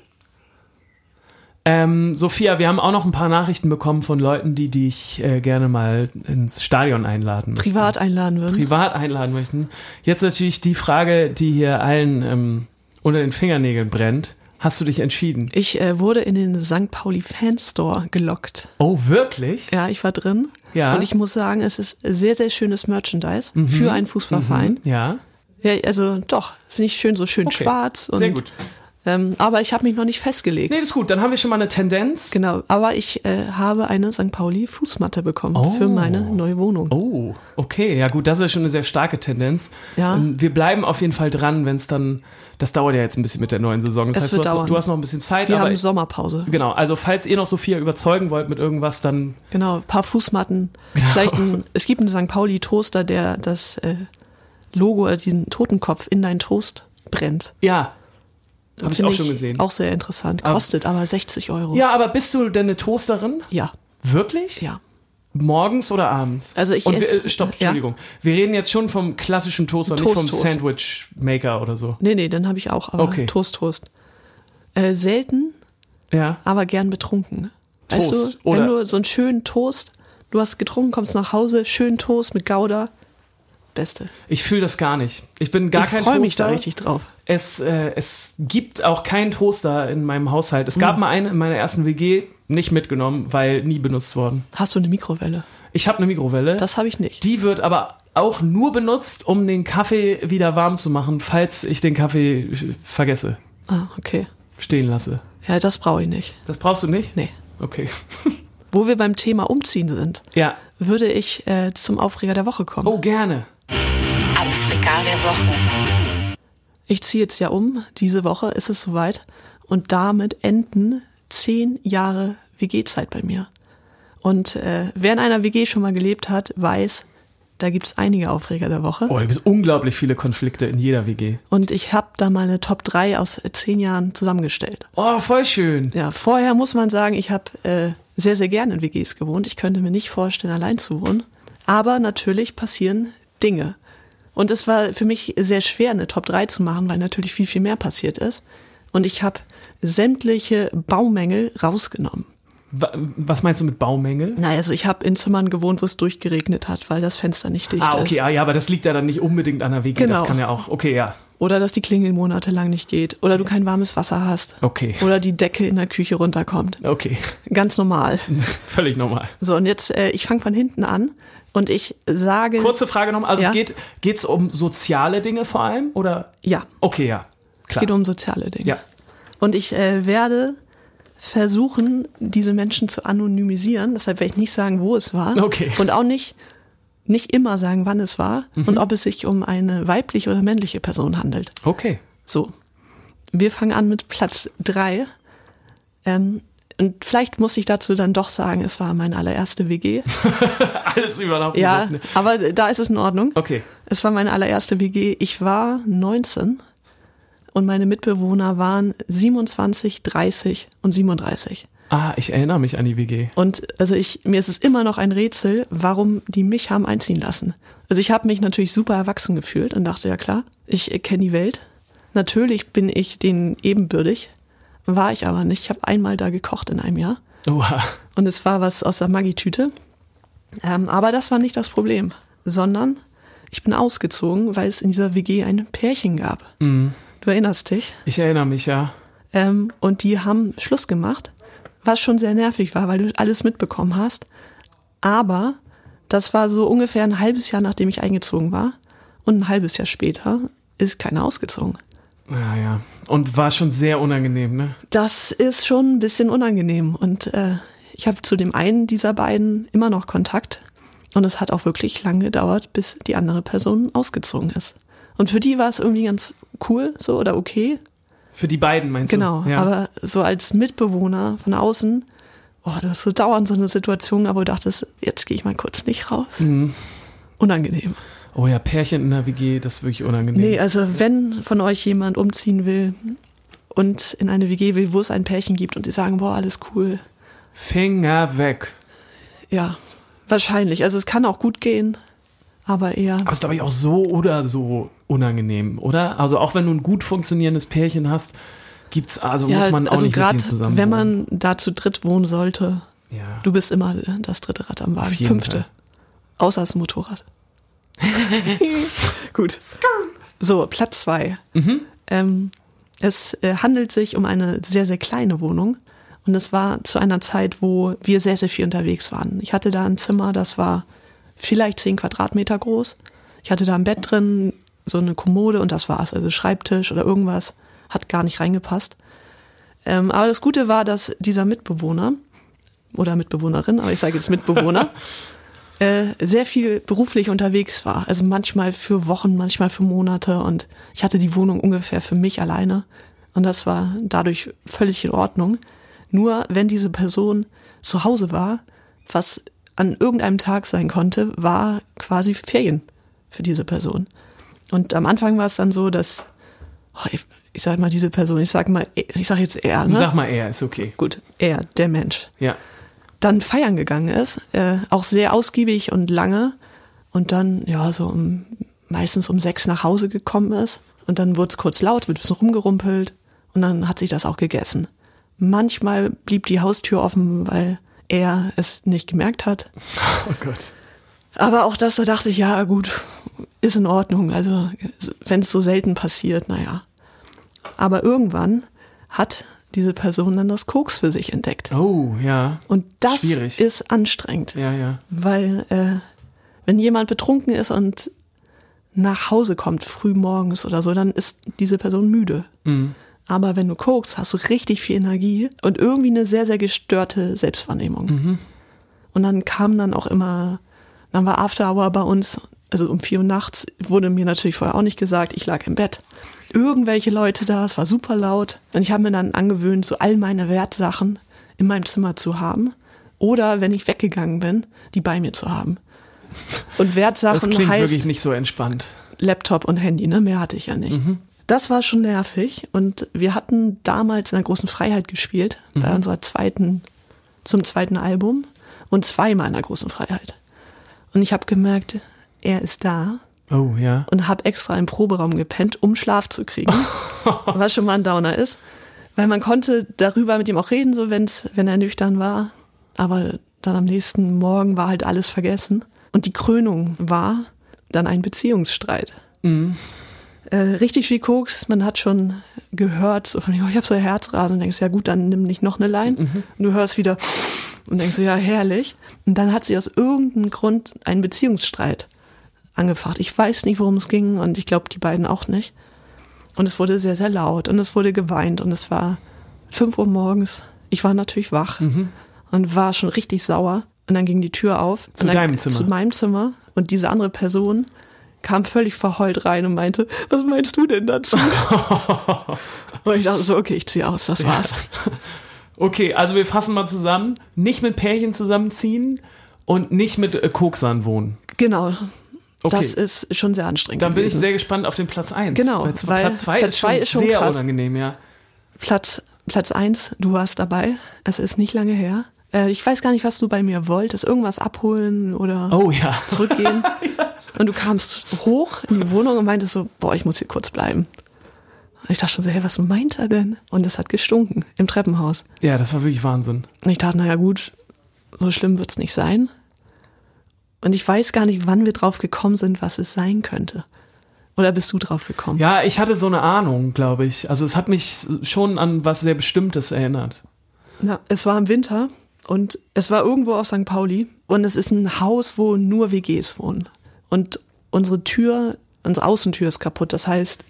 Ähm, Sophia, wir haben auch noch ein paar Nachrichten bekommen von Leuten, die dich äh, gerne mal ins Stadion einladen. Privat einladen würden. privat einladen möchten. Jetzt natürlich die Frage, die hier allen ähm, unter den Fingernägeln brennt. Hast du dich entschieden? Ich äh, wurde in den St. Pauli Fanstore gelockt. Oh, wirklich? Ja, ich war drin. Ja. Mhm. Und ich muss sagen, es ist sehr, sehr schönes Merchandise für einen Fußballverein. Ja, Ja, also doch, finde ich schön, so schön Mhm. Okay. schwarz. Und, sehr gut. Ähm, aber ich habe mich noch nicht festgelegt. Nee, das ist gut. Dann haben wir schon mal eine Tendenz. Genau, aber ich äh, habe eine St. Pauli Fußmatte bekommen Oh. für meine neue Wohnung. Oh, okay. Ja, gut, das ist schon eine sehr starke Tendenz. Ja. Ähm, Wir bleiben auf jeden Fall dran, wenn es dann. Das dauert ja jetzt ein bisschen mit der neuen Saison. Das Es heißt, wird du, hast, noch- dauern. du hast noch ein bisschen Zeit, Wir aber haben Sommerpause. Genau, also falls ihr noch Sophia überzeugen wollt mit irgendwas, dann Genau, ein paar Fußmatten. Genau. Vielleicht ein, es gibt einen St. Pauli Toaster, der das äh, Logo, äh, den Totenkopf in deinen Toast brennt. ja. Habe ich Finde auch schon gesehen. Auch sehr interessant. Kostet aber 60 Euro. Ja, aber bist du denn eine Toasterin? Ja, Wirklich? ja. Morgens oder abends? Also ich Und wir, esse- äh, stopp, ja. Entschuldigung. Wir reden jetzt schon vom klassischen Toaster, nicht vom Toast-Toast. Sandwich Maker oder so. Nee, nee, dann habe ich auch, aber Okay. Toast, Toast. Äh, selten, Ja. aber gern betrunken. Weißt Toast, du, oder- wenn du so einen schönen Toast, du hast getrunken, kommst nach Hause, schönen Toast mit Gouda, beste. Ich fühle das gar nicht. Ich bin gar ich kein freue mich Toaster. da richtig drauf. Es, äh, es gibt auch keinen Toaster in meinem Haushalt. Es Hm. gab mal einen in meiner ersten WG, nicht mitgenommen, weil nie benutzt worden. Hast du eine Mikrowelle? Ich habe eine Mikrowelle. Das habe ich nicht. Die wird aber auch nur benutzt, um den Kaffee wieder warm zu machen, falls ich den Kaffee äh, vergesse, Ah, okay. stehen lasse. Ja, das brauche ich nicht. Das brauchst du nicht? Nee. Okay. Wo wir beim Thema Umziehen sind, Ja. würde ich äh, zum Aufreger der Woche kommen. Oh, gerne. Aufreger der Woche. Ich ziehe jetzt ja um, diese Woche ist es soweit und damit enden zehn Jahre WG-Zeit bei mir. Und äh, wer in einer WG schon mal gelebt hat, weiß, da gibt's einige Aufreger der Woche. Oh, da gibt es unglaublich viele Konflikte in jeder WG. Und ich habe da meine Top 3 aus äh, zehn Jahren zusammengestellt. Oh, voll schön. Ja, vorher muss man sagen, ich habe äh, sehr, sehr gerne in WGs gewohnt. Ich könnte mir nicht vorstellen, allein zu wohnen. Aber natürlich passieren Dinge. Und es war für mich sehr schwer, eine Top 3 zu machen, weil natürlich viel, viel mehr passiert ist. Und ich habe sämtliche Baumängel rausgenommen. Wa- Was meinst du mit Baumängel? Na, also ich habe in Zimmern gewohnt, wo es durchgeregnet hat, weil das Fenster nicht dicht Ah, okay, ist. ah, ja, aber das liegt ja dann nicht unbedingt an der WG. Das Genau. kann ja auch, okay, ja, Oder dass die Klingel monatelang nicht geht. Oder du kein warmes Wasser hast. okay, Oder die Decke in der Küche runterkommt. okay, Ganz normal. völlig normal. So, und jetzt, äh, ich fange von hinten an und ich sage. Kurze Frage nochmal, also Ja. es geht, geht's um soziale Dinge vor allem, oder? Ja, Okay, ja, es klar. geht um soziale Dinge. ja, Und ich äh, werde versuchen, diese Menschen zu anonymisieren. Deshalb werde ich nicht sagen, wo es war. Okay. Mhm. Und auch nicht, nicht immer sagen, wann es war und ob es sich um eine weibliche oder männliche Person handelt. okay. So. Wir fangen an mit Platz drei. Ähm, und vielleicht muss ich dazu dann doch sagen, es war meine allererste WG. Alles überlaufen. Ja, dürfen. aber da ist es in Ordnung. Okay, Es war meine allererste WG. Ich war 19 und meine Mitbewohner waren 27, 30 und 37. ah, ich erinnere mich an die WG. Und also ich, mir ist es immer noch ein Rätsel, warum die mich haben einziehen lassen. Also ich habe mich natürlich super erwachsen gefühlt und dachte, ja klar, ich äh, kenne die Welt. Natürlich bin ich denen ebenbürdig, war ich aber nicht. Ich habe einmal da gekocht in einem Jahr Oha. und es war was aus der Maggi-Tüte. Ähm, aber das war nicht das Problem, sondern ich bin ausgezogen, weil es in dieser WG ein Pärchen gab. Du erinnerst dich? Ich erinnere mich, ja. Ähm, und die haben Schluss gemacht, was schon sehr nervig war, weil du alles mitbekommen hast. Aber das war so ungefähr ein halbes Jahr, nachdem ich eingezogen war. Und ein halbes Jahr später ist keiner ausgezogen. Ja, Ah, ja. Und war schon sehr unangenehm, ne? Das ist schon ein bisschen unangenehm. Und äh, ich habe zu dem einen dieser beiden immer noch Kontakt. Und es hat auch wirklich lange gedauert, bis die andere Person ausgezogen ist. Und für die war es irgendwie ganz cool so oder okay. Für die beiden meinst Genau, du? Ja. aber so als Mitbewohner von außen, oh, du hast so dauernd so eine Situation, aber du dachtest, jetzt gehe ich mal kurz nicht raus. Unangenehm. oh ja, Pärchen in der WG, das ist wirklich unangenehm. Nee, also wenn von euch jemand umziehen will und in eine WG will, wo es ein Pärchen gibt und die sagen, boah, alles cool, Finger weg. ja, wahrscheinlich. Also es kann auch gut gehen, aber eher. Aber ist, glaube ich, auch so oder so unangenehm, oder? Also auch wenn du ein gut funktionierendes Pärchen hast, gibt's, also Ja, muss man auch also nicht mit gerade denen zusammen wenn man da zu dritt wohnen sollte, wohnen. ja. du bist immer äh, das dritte Rad am Wagen, Auf jeden fünfte. Fall. Außer das Motorrad. Gut. So, Platz zwei. Mhm. Ähm, es äh, handelt sich um eine sehr, sehr kleine Wohnung. Und es war zu einer Zeit, wo wir sehr, sehr viel unterwegs waren. Ich hatte da ein Zimmer, das war vielleicht zehn Quadratmeter groß. Ich hatte da ein Bett drin, so eine Kommode und das war's. Also Schreibtisch oder irgendwas hat gar nicht reingepasst. Ähm, aber das Gute war, dass dieser Mitbewohner oder Mitbewohnerin, aber ich sage jetzt Mitbewohner, äh, sehr viel beruflich unterwegs war. Also manchmal für Wochen, manchmal für Monate und ich hatte die Wohnung ungefähr für mich alleine und das war dadurch völlig in Ordnung. Nur wenn diese Person zu Hause war, was an irgendeinem Tag sein konnte, war quasi Ferien für diese Person. Und am Anfang war es dann so, dass oh, ich, ich sage mal diese Person, ich sage mal, ich sage jetzt er, ne? Hm, Sag mal er, ist okay. Gut, er, der Mensch Ja. dann feiern gegangen ist, äh, auch sehr ausgiebig und lange und dann ja so um, meistens um sechs nach Hause gekommen ist und dann wurde es kurz laut, wird ein bisschen rumgerumpelt und dann hat sich das auch gegessen. Manchmal blieb die Haustür offen, weil er es nicht gemerkt hat. Oh Gott. Aber auch das, da dachte ich, ja gut, ist in Ordnung. Also wenn es so selten passiert, naja. Aber irgendwann hat diese Person dann das Koks für sich entdeckt. Oh, ja. Und das Schwierig. ist anstrengend. Ja, ja. Weil, äh, wenn jemand betrunken ist und nach Hause kommt, früh morgens oder so, dann ist diese Person müde. Mhm. Aber wenn du guckst, hast du richtig viel Energie und irgendwie eine sehr, sehr gestörte Selbstwahrnehmung. Mhm. Und dann kam dann auch immer, dann war After Hour bei uns, also um vier Uhr nachts, wurde mir natürlich vorher auch nicht gesagt, ich lag im Bett. Irgendwelche Leute da, es war super laut. Und ich habe mir dann angewöhnt, so all meine Wertsachen in meinem Zimmer zu haben. Oder wenn ich weggegangen bin, die bei mir zu haben. Und Das Wertsachen klingt heißt, wirklich nicht so entspannt. Laptop und Handy, ne? Mehr hatte ich ja nicht. Das war schon nervig und wir hatten damals in der großen Freiheit gespielt, bei unserer zweiten, zum zweiten Album und zweimal in der großen Freiheit. Und ich habe gemerkt, er ist da Oh, ja. und habe extra im Proberaum gepennt, um Schlaf zu kriegen, was schon mal ein Downer ist, weil man konnte darüber mit ihm auch reden, so wenn's, wenn er nüchtern war, aber dann am nächsten Morgen war halt alles vergessen und die Krönung war dann ein Beziehungsstreit. Äh, richtig viel Koks, man hat schon gehört, so von, oh, ich habe so Herzrasen und denkst, ja gut, dann nimm nicht noch eine Line. Und du hörst wieder und denkst, ja herrlich. Und dann hat sie aus irgendeinem Grund einen Beziehungsstreit angefacht. Ich weiß nicht, worum es ging und ich glaube, die beiden auch nicht. Und es wurde sehr, sehr laut und es wurde geweint und es war 5 Uhr morgens. Ich war natürlich wach Mhm. und war schon richtig sauer. Und dann ging die Tür auf. Zu und dann, deinem Zimmer. Zu meinem Zimmer. Und diese andere Person kam völlig verheult rein und meinte, was meinst du denn dazu? und ich dachte so, okay, ich ziehe aus, das war's. Okay, also wir fassen mal zusammen. Nicht mit Pärchen zusammenziehen und nicht mit äh, Koksern wohnen. Genau. Okay. Das ist schon sehr anstrengend. Dann bin ich gewesen. sehr gespannt auf den Platz 1. Mhm. Genau, Weil, zu- weil Platz 2 Platz ist, zwei schon ist schon sehr krass. unangenehm, ja. Platz, Platz 1, du warst dabei. Es ist nicht lange her. Äh, ich weiß gar nicht, was du bei mir wolltest. Irgendwas abholen oder Oh ja. zurückgehen. Und du kamst hoch in die Wohnung und meintest so, boah, ich muss hier kurz bleiben. Und ich dachte schon so, hey, was meint er denn? Und es hat gestunken im Treppenhaus. Ja, das war wirklich Wahnsinn. Und ich dachte, naja gut, so schlimm wird's nicht sein. Und ich weiß gar nicht, wann wir drauf gekommen sind, was es sein könnte. Oder bist du drauf gekommen? Ja, ich hatte so eine Ahnung, glaube ich. Also es hat mich schon an was sehr Bestimmtes erinnert. Na, es war im Winter und es war irgendwo auf St. Pauli und es ist ein Haus, wo nur WGs wohnen. Und unsere Tür, unsere Außentür ist kaputt. Das heißt,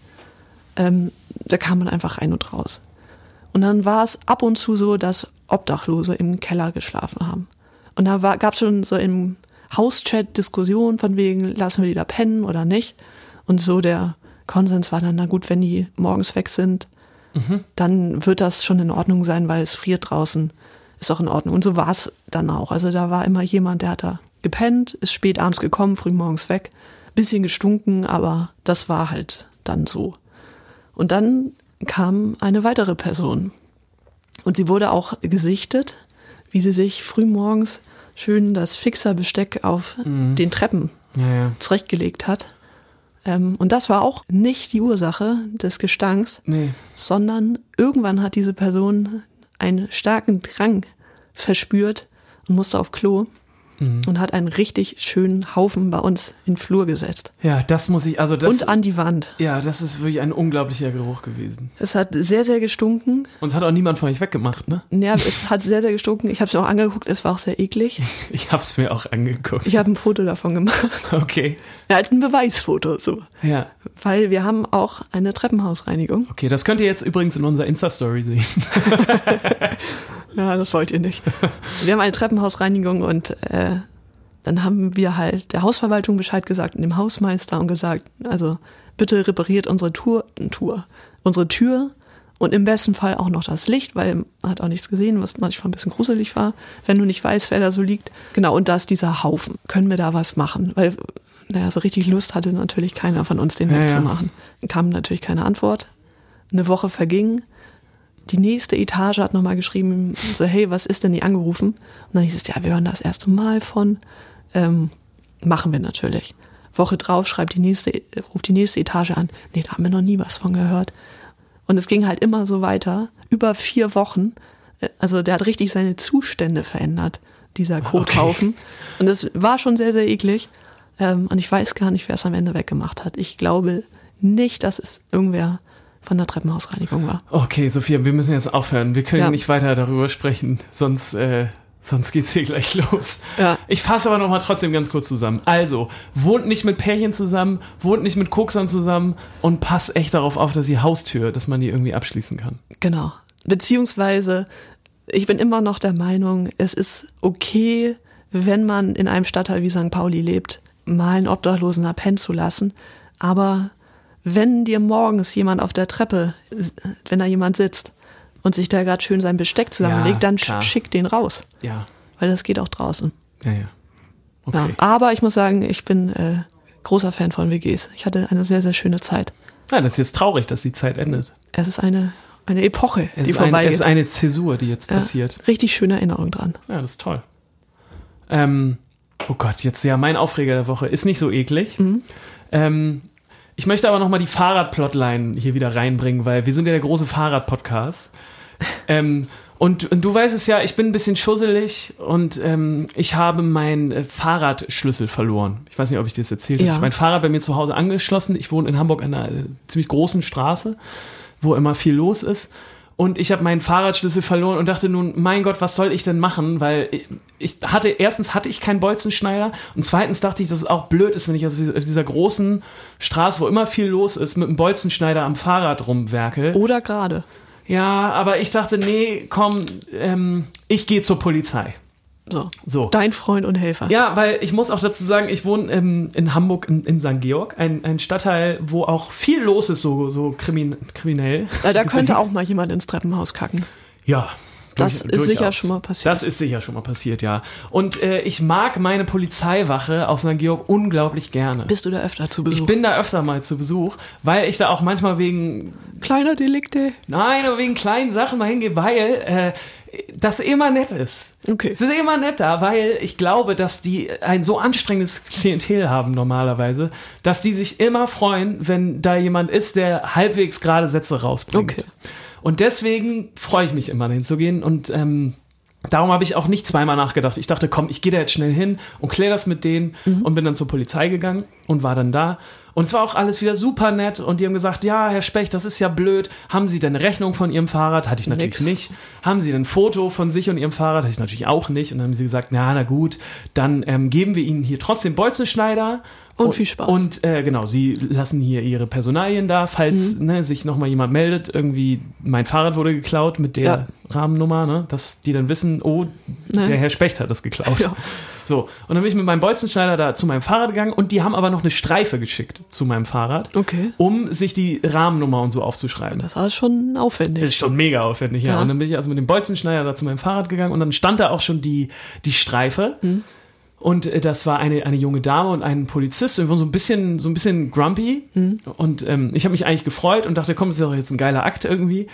ähm, da kam man einfach rein und raus. Und dann war es ab und zu so, dass Obdachlose im Keller geschlafen haben. Und da gab es schon so im Hauschat Diskussionen von wegen, lassen wir die da pennen oder nicht. Und so der Konsens war dann, na gut, wenn die morgens weg sind, dann wird das schon in Ordnung sein, weil es friert draußen. Ist auch in Ordnung. Und so war es dann auch. Also da war immer jemand, der hat da gepennt, ist spät abends gekommen, früh morgens weg. Bisschen gestunken, aber das war halt dann so. Und dann kam eine weitere Person. Und sie wurde auch gesichtet, wie sie sich frühmorgens schön das Fixerbesteck auf den Treppen Ja, ja. zurechtgelegt hat. Ähm, und das war auch nicht die Ursache des Gestanks, Nee. sondern irgendwann hat diese Person einen starken Drang verspürt und musste auf Klo und hat einen richtig schönen Haufen bei uns in den Flur gesetzt Ja, das muss ich, also das. und an die Wand. ja, das ist wirklich ein unglaublicher Geruch gewesen. Es hat sehr, sehr gestunken. Und es hat auch niemand von euch weggemacht, ne? Ja, es hat sehr, sehr gestunken. Ich habe es mir auch angeguckt, es war auch sehr eklig. Ich hab's mir auch angeguckt. Ich habe ein Foto davon gemacht. Okay. Ja, als ein Beweisfoto so. Ja. Weil wir haben auch eine Treppenhausreinigung. Okay, das könnt ihr jetzt übrigens in unserer Insta-Story sehen. Ja, das wollt ihr nicht. Wir haben eine Treppenhausreinigung und äh, dann haben wir halt der Hausverwaltung Bescheid gesagt und dem Hausmeister und gesagt, also bitte repariert unsere Tour, Tour, unsere Tür und im besten Fall auch noch das Licht, weil man hat auch nichts gesehen, was manchmal ein bisschen gruselig war, wenn du nicht weißt, wer da so liegt. Genau, und da ist dieser Haufen. Können wir da was machen? Weil, naja, so richtig Lust hatte natürlich keiner von uns, den Ja, ja. wegzumachen. Kam natürlich keine Antwort. Eine Woche verging, die nächste Etage hat nochmal geschrieben, so, hey, was ist denn die angerufen? Und dann hieß es, ja, wir hören das erste Mal von. Ähm, machen wir natürlich. Woche drauf schreibt die nächste, äh, ruft die nächste Etage an. Nee, da haben wir noch nie was von gehört. Und es ging halt immer so weiter, über vier Wochen. Äh, Also der hat richtig seine Zustände verändert, dieser Kothaufen. Und das war schon sehr, sehr eklig. Ähm, und ich weiß gar nicht, wer es am Ende weggemacht hat. Ich glaube nicht, dass es irgendwer von der Treppenhausreinigung war. Okay, Sophia, wir müssen jetzt aufhören. Wir können Ja. nicht weiter darüber sprechen, sonst, äh, sonst geht's hier gleich los. Ja. Ich fasse aber nochmal trotzdem ganz kurz zusammen. Also, wohnt nicht mit Pärchen zusammen, wohnt nicht mit Koksern zusammen und passt echt darauf auf, dass die Haustür, dass man die irgendwie abschließen kann. Genau. Beziehungsweise, ich bin immer noch der Meinung, es ist okay, wenn man in einem Stadtteil wie St. Pauli lebt, mal einen Obdachlosen da pennen zu lassen. Aber wenn dir morgens jemand auf der Treppe, wenn da jemand sitzt und sich da gerade schön sein Besteck zusammenlegt, dann sch- klar. schick den raus. Ja, Weil das geht auch draußen. ja, ja. Ja. Okay. Aber ich muss sagen, ich bin äh, großer Fan von WGs. Ich hatte eine sehr, sehr schöne Zeit. Nein, das ist jetzt traurig, dass die Zeit endet. Es ist eine, eine Epoche, Es, ist, ein, die es vorbeigeht. ist eine Zäsur, die jetzt passiert. Ja, richtig schöne Erinnerung dran. Ja, das ist toll. Ähm, oh Gott, jetzt ja mein Aufreger der Woche. Ist nicht so eklig. Ähm, ich möchte aber nochmal die Fahrradplotline hier wieder reinbringen, weil wir sind ja der große Fahrrad-Podcast. ähm, und, und du weißt es ja, ich bin ein bisschen schusselig und ähm, ich habe meinen äh, Fahrradschlüssel verloren. Ich weiß nicht, ob ich dir das erzählt habe. Ja. Ich habe mein Fahrrad bei mir zu Hause angeschlossen. Ich wohne in Hamburg an einer äh, ziemlich großen Straße, wo immer viel los ist. Und ich habe meinen Fahrradschlüssel verloren und dachte nun, mein Gott, was soll ich denn machen? Weil ich hatte, erstens hatte ich keinen Bolzenschneider und zweitens dachte ich, dass es auch blöd ist, wenn ich auf dieser- auf dieser großen Straße, wo immer viel los ist, mit einem Bolzenschneider am Fahrrad rumwerkel. Oder gerade. Ja, aber ich dachte, nee, komm, ähm, ich gehe zur Polizei. So. So. Dein Freund und Helfer. Ja, weil ich muss auch dazu sagen, ich wohne ähm, in Hamburg in, in St. Georg, ein, ein Stadtteil, wo auch viel los ist, so, so krimin kriminell. Äh, Da könnte auch mal jemand ins Treppenhaus kacken. Ja. Das durch- ist sicher durchaus. schon mal passiert. Das ist sicher schon mal passiert, ja. Und äh, ich mag meine Polizeiwache auf St. Georg unglaublich gerne. Bist du da öfter zu ich Besuch? bin da öfter mal zu Besuch, weil ich da auch manchmal wegen Kleiner Delikte. Nein, aber wegen kleinen Sachen mal hingehe, weil äh, das immer nett ist. Okay. Es ist immer nett da, weil ich glaube, dass die ein so anstrengendes Klientel haben normalerweise, dass die sich immer freuen, wenn da jemand ist, der halbwegs gerade Sätze rausbringt. Okay. Und deswegen freue ich mich immer, hinzugehen und ähm, Darum habe ich auch nicht zweimal nachgedacht. Ich dachte, komm, ich gehe da jetzt schnell hin und kläre das mit denen Mhm. und bin dann zur Polizei gegangen und war dann da. Und es war auch alles wieder super nett und die haben gesagt, ja, Herr Specht, das ist ja blöd. Haben Sie denn eine Rechnung von Ihrem Fahrrad? Hatte ich natürlich Nix. nicht. Haben Sie denn ein Foto von sich und Ihrem Fahrrad? Hatte ich natürlich auch nicht. Und dann haben sie gesagt, na, na gut, dann ähm, geben wir Ihnen hier trotzdem Bolzenschneider. Und viel Spaß. Und äh, genau, Sie lassen hier Ihre Personalien da, falls Mhm. ne, sich nochmal jemand meldet, irgendwie mein Fahrrad wurde geklaut mit der Ja. Rahmennummer, ne? dass die dann wissen, oh, Ne. der Herr Specht hat das geklaut. Ja. So, und dann bin ich mit meinem Bolzenschneider da zu meinem Fahrrad gegangen und die haben aber noch eine Streife geschickt zu meinem Fahrrad, Okay. um sich die Rahmennummer und so aufzuschreiben. Das war schon aufwendig. Das ist schon mega aufwendig, ja. Ja. Und dann bin ich also mit dem Bolzenschneider da zu meinem Fahrrad gegangen und dann stand da auch schon die, die Streife. Hm. Und äh, das war eine, eine junge Dame und ein Polizist und wir waren so ein bisschen, so ein bisschen grumpy. Hm. Und ähm, ich habe mich eigentlich gefreut und dachte, komm, das ist doch jetzt ein geiler Akt irgendwie.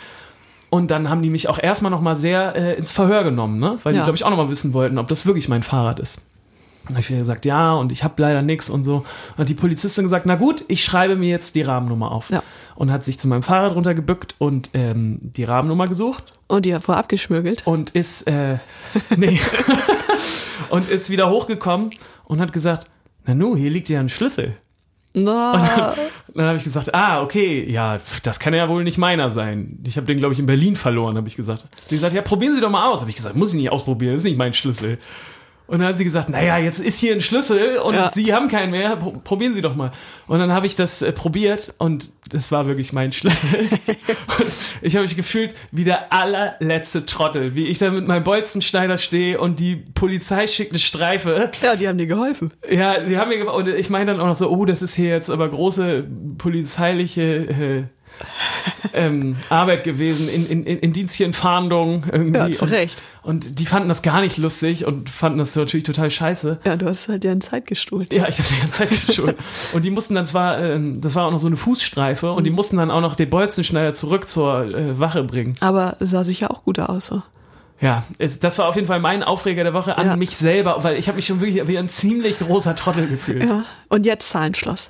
Und dann haben die mich auch erstmal nochmal sehr äh, ins Verhör genommen, ne? weil die, Ja. glaube ich, auch nochmal wissen wollten, ob das wirklich mein Fahrrad ist. Und dann hab ich wieder gesagt, ja, und ich habe leider nichts und so. Und hat die Polizistin gesagt, na gut, ich schreibe mir jetzt die Rahmennummer auf. Ja. Und hat sich zu meinem Fahrrad runtergebückt und ähm, die Rahmennummer gesucht Und die war abgeschmürgelt. und ist, äh, nee, und ist wieder hochgekommen und hat gesagt, na nu, hier liegt ja ein Schlüssel. Na, Dann habe ich gesagt, ah, okay, ja, pf, das kann ja wohl nicht meiner sein. Ich habe den, glaube ich, in Berlin verloren, habe ich gesagt. Sie gesagt, ja, probieren Sie doch mal aus. Habe ich gesagt, muss ich nicht ausprobieren, das ist nicht mein Schlüssel. Und dann hat sie gesagt, naja, jetzt ist hier ein Schlüssel und Ja. Sie haben keinen mehr, pro probieren Sie doch mal. Und dann habe ich das äh, probiert und das war wirklich mein Schlüssel. und ich habe mich gefühlt wie der allerletzte Trottel, wie ich da mit meinem Bolzenschneider stehe und die Polizei schickt eine Streife ja, die haben dir geholfen. ja, die haben mir gef- und ich meine dann auch noch so, oh, das ist hier jetzt aber große polizeiliche äh, ähm, Arbeit gewesen, in, in, in Indizien, Fahndung irgendwie. Ja, zu Recht. Und, und die fanden das gar nicht lustig und fanden das natürlich total scheiße. Ja, du hast halt deren Zeit gestohlen. Ja, ich habe die ganze Zeit schon. Und die mussten dann, das war, ähm, das war auch noch so eine Fußstreife Mhm. und die mussten dann auch noch den Bolzenschneider zurück zur äh, Wache bringen. Aber sah sicher auch gut aus. So. Ja, es, das war auf jeden Fall mein Aufreger der Woche an Ja. mich selber, weil ich habe mich schon wirklich wie ein ziemlich großer Trottel gefühlt. Ja. Und jetzt Zahlenschloss.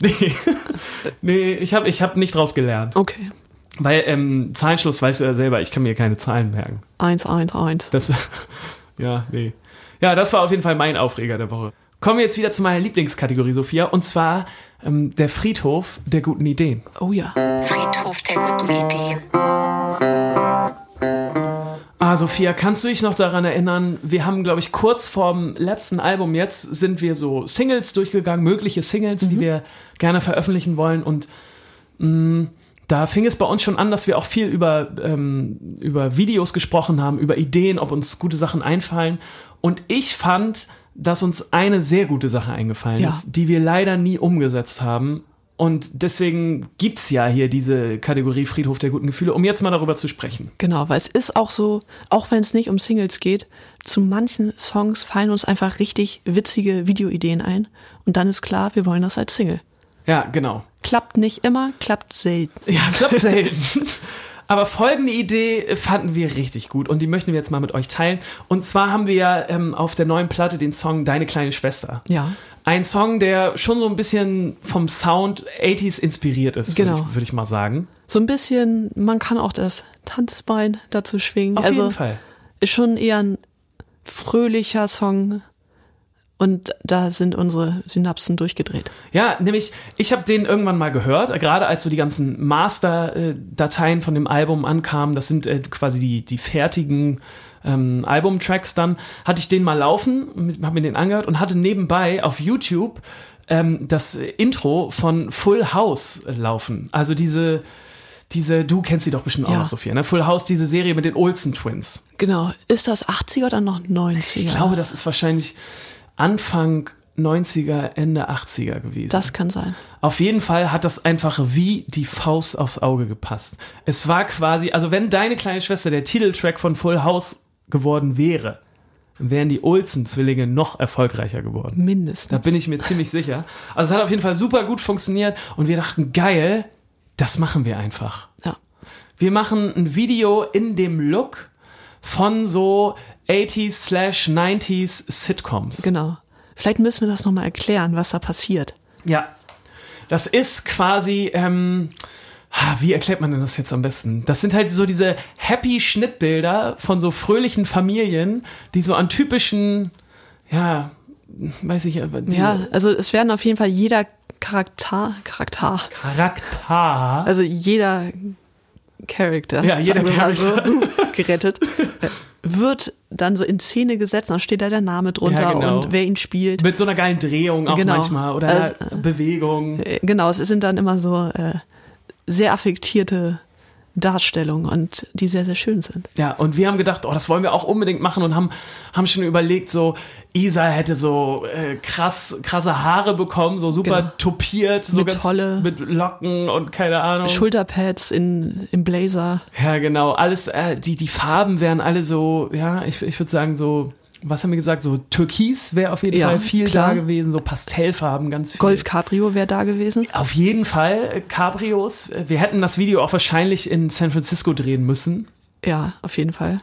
Nee, nee ich habe ich hab nicht draus gelernt. Okay. Weil ähm, Zahlenschluss weißt du ja selber, ich kann mir keine Zahlen merken. Eins, eins, eins. Das, ja, nee. Ja, das war auf jeden Fall mein Aufreger der Woche. Kommen wir jetzt wieder zu meiner Lieblingskategorie, Sophia, und zwar ähm, der Friedhof der guten Ideen. Oh ja. Friedhof der guten Ideen. Ah, Sophia, kannst du dich noch daran erinnern, wir haben, glaube ich, kurz vorm letzten Album jetzt sind wir so Singles durchgegangen, mögliche Singles, die wir gerne veröffentlichen wollen. Und mh, da fing es bei uns schon an, dass wir auch viel über, ähm, über Videos gesprochen haben, über Ideen, ob uns gute Sachen einfallen. Und ich fand, dass uns eine sehr gute Sache eingefallen Ja. ist, die wir leider nie umgesetzt haben. Und deswegen gibt's ja hier diese Kategorie Friedhof der guten Gefühle, um jetzt mal darüber zu sprechen. Genau, weil es ist auch so, auch wenn es nicht um Singles geht, zu manchen Songs fallen uns einfach richtig witzige Videoideen ein. Und dann ist klar, wir wollen das als Single. Ja, genau. Klappt nicht immer, klappt selten. Ja, klappt selten. Aber folgende Idee fanden wir richtig gut und die möchten wir jetzt mal mit euch teilen. Und zwar haben wir ja ähm, auf der neuen Platte den Song Deine kleine Schwester. Ja. Ein Song, der schon so ein bisschen vom Sound 80s inspiriert ist, Genau. würde ich, würd ich mal sagen. So ein bisschen, man kann auch das Tanzbein dazu schwingen. Auf also jeden Fall. ist schon eher ein fröhlicher Song. Und da sind unsere Synapsen durchgedreht. Ja, nämlich, ich habe den irgendwann mal gehört, äh, gerade als so die ganzen Master-Dateien von dem Album ankamen, das sind äh, quasi die, die fertigen ähm, Album-Tracks dann, hatte ich den mal laufen, habe mir den angehört und hatte nebenbei auf YouTube ähm, das äh, Intro von Full House äh, laufen. Also diese, diese, du kennst sie doch bestimmt auch Ja. noch, Sophia, ne? Full House, diese Serie mit den Olsen-Twins. Genau. Ist das 80er oder noch 90er? Ich glaube, das ist wahrscheinlich Anfang 90er, Ende 80er gewesen. das kann sein. Auf jeden Fall hat das einfach wie die Faust aufs Auge gepasst. Es war quasi, also wenn deine kleine Schwester der Titeltrack von Full House geworden wäre, wären die Olsen-Zwillinge noch erfolgreicher geworden. Mindestens. Da bin ich mir ziemlich sicher. Also es hat auf jeden Fall super gut funktioniert und wir dachten, geil, das machen wir einfach. Ja. Wir machen ein Video in dem Look von so 80s slash 90s Sitcoms. Genau. Vielleicht müssen wir das nochmal erklären, was da passiert. Ja. Das ist quasi, ähm, ah, wie erklärt man denn das jetzt am besten? Das sind halt so diese happy Schnittbilder von so fröhlichen Familien, die so an typischen, ja, weiß ich, aber die Ja, also es werden auf jeden Fall jeder Charakter, Charakter, Charakter. also jeder Charakter, Ja, jeder sagen wir mal so, gerettet, äh, wird dann so in Szene gesetzt, dann steht da der Name drunter Ja, genau. und wer ihn spielt. Mit so einer geilen Drehung auch Genau. manchmal oder Also, Bewegung. Äh, Genau, es sind dann immer so äh, sehr affektierte Darstellungen und die sehr, sehr schön sind. Ja, und wir haben gedacht, oh, das wollen wir auch unbedingt machen und haben, haben schon überlegt, so, Isa hätte so äh, krass, krasse Haare bekommen, so super Genau. topiert, so Mit Tolle. mit Locken und keine Ahnung. Schulterpads in, im Blazer. ja, genau, alles, äh, die, die Farben wären alle so, ja, ich, ich würde sagen, so, was haben wir gesagt, so Türkis wäre auf jeden Ja, Fall viel da klar. gewesen, so Pastellfarben, ganz viel. Golf Cabrio wäre da gewesen. Auf jeden Fall äh, Cabrios. Wir hätten das Video auch wahrscheinlich in San Francisco drehen müssen. Ja, auf jeden Fall.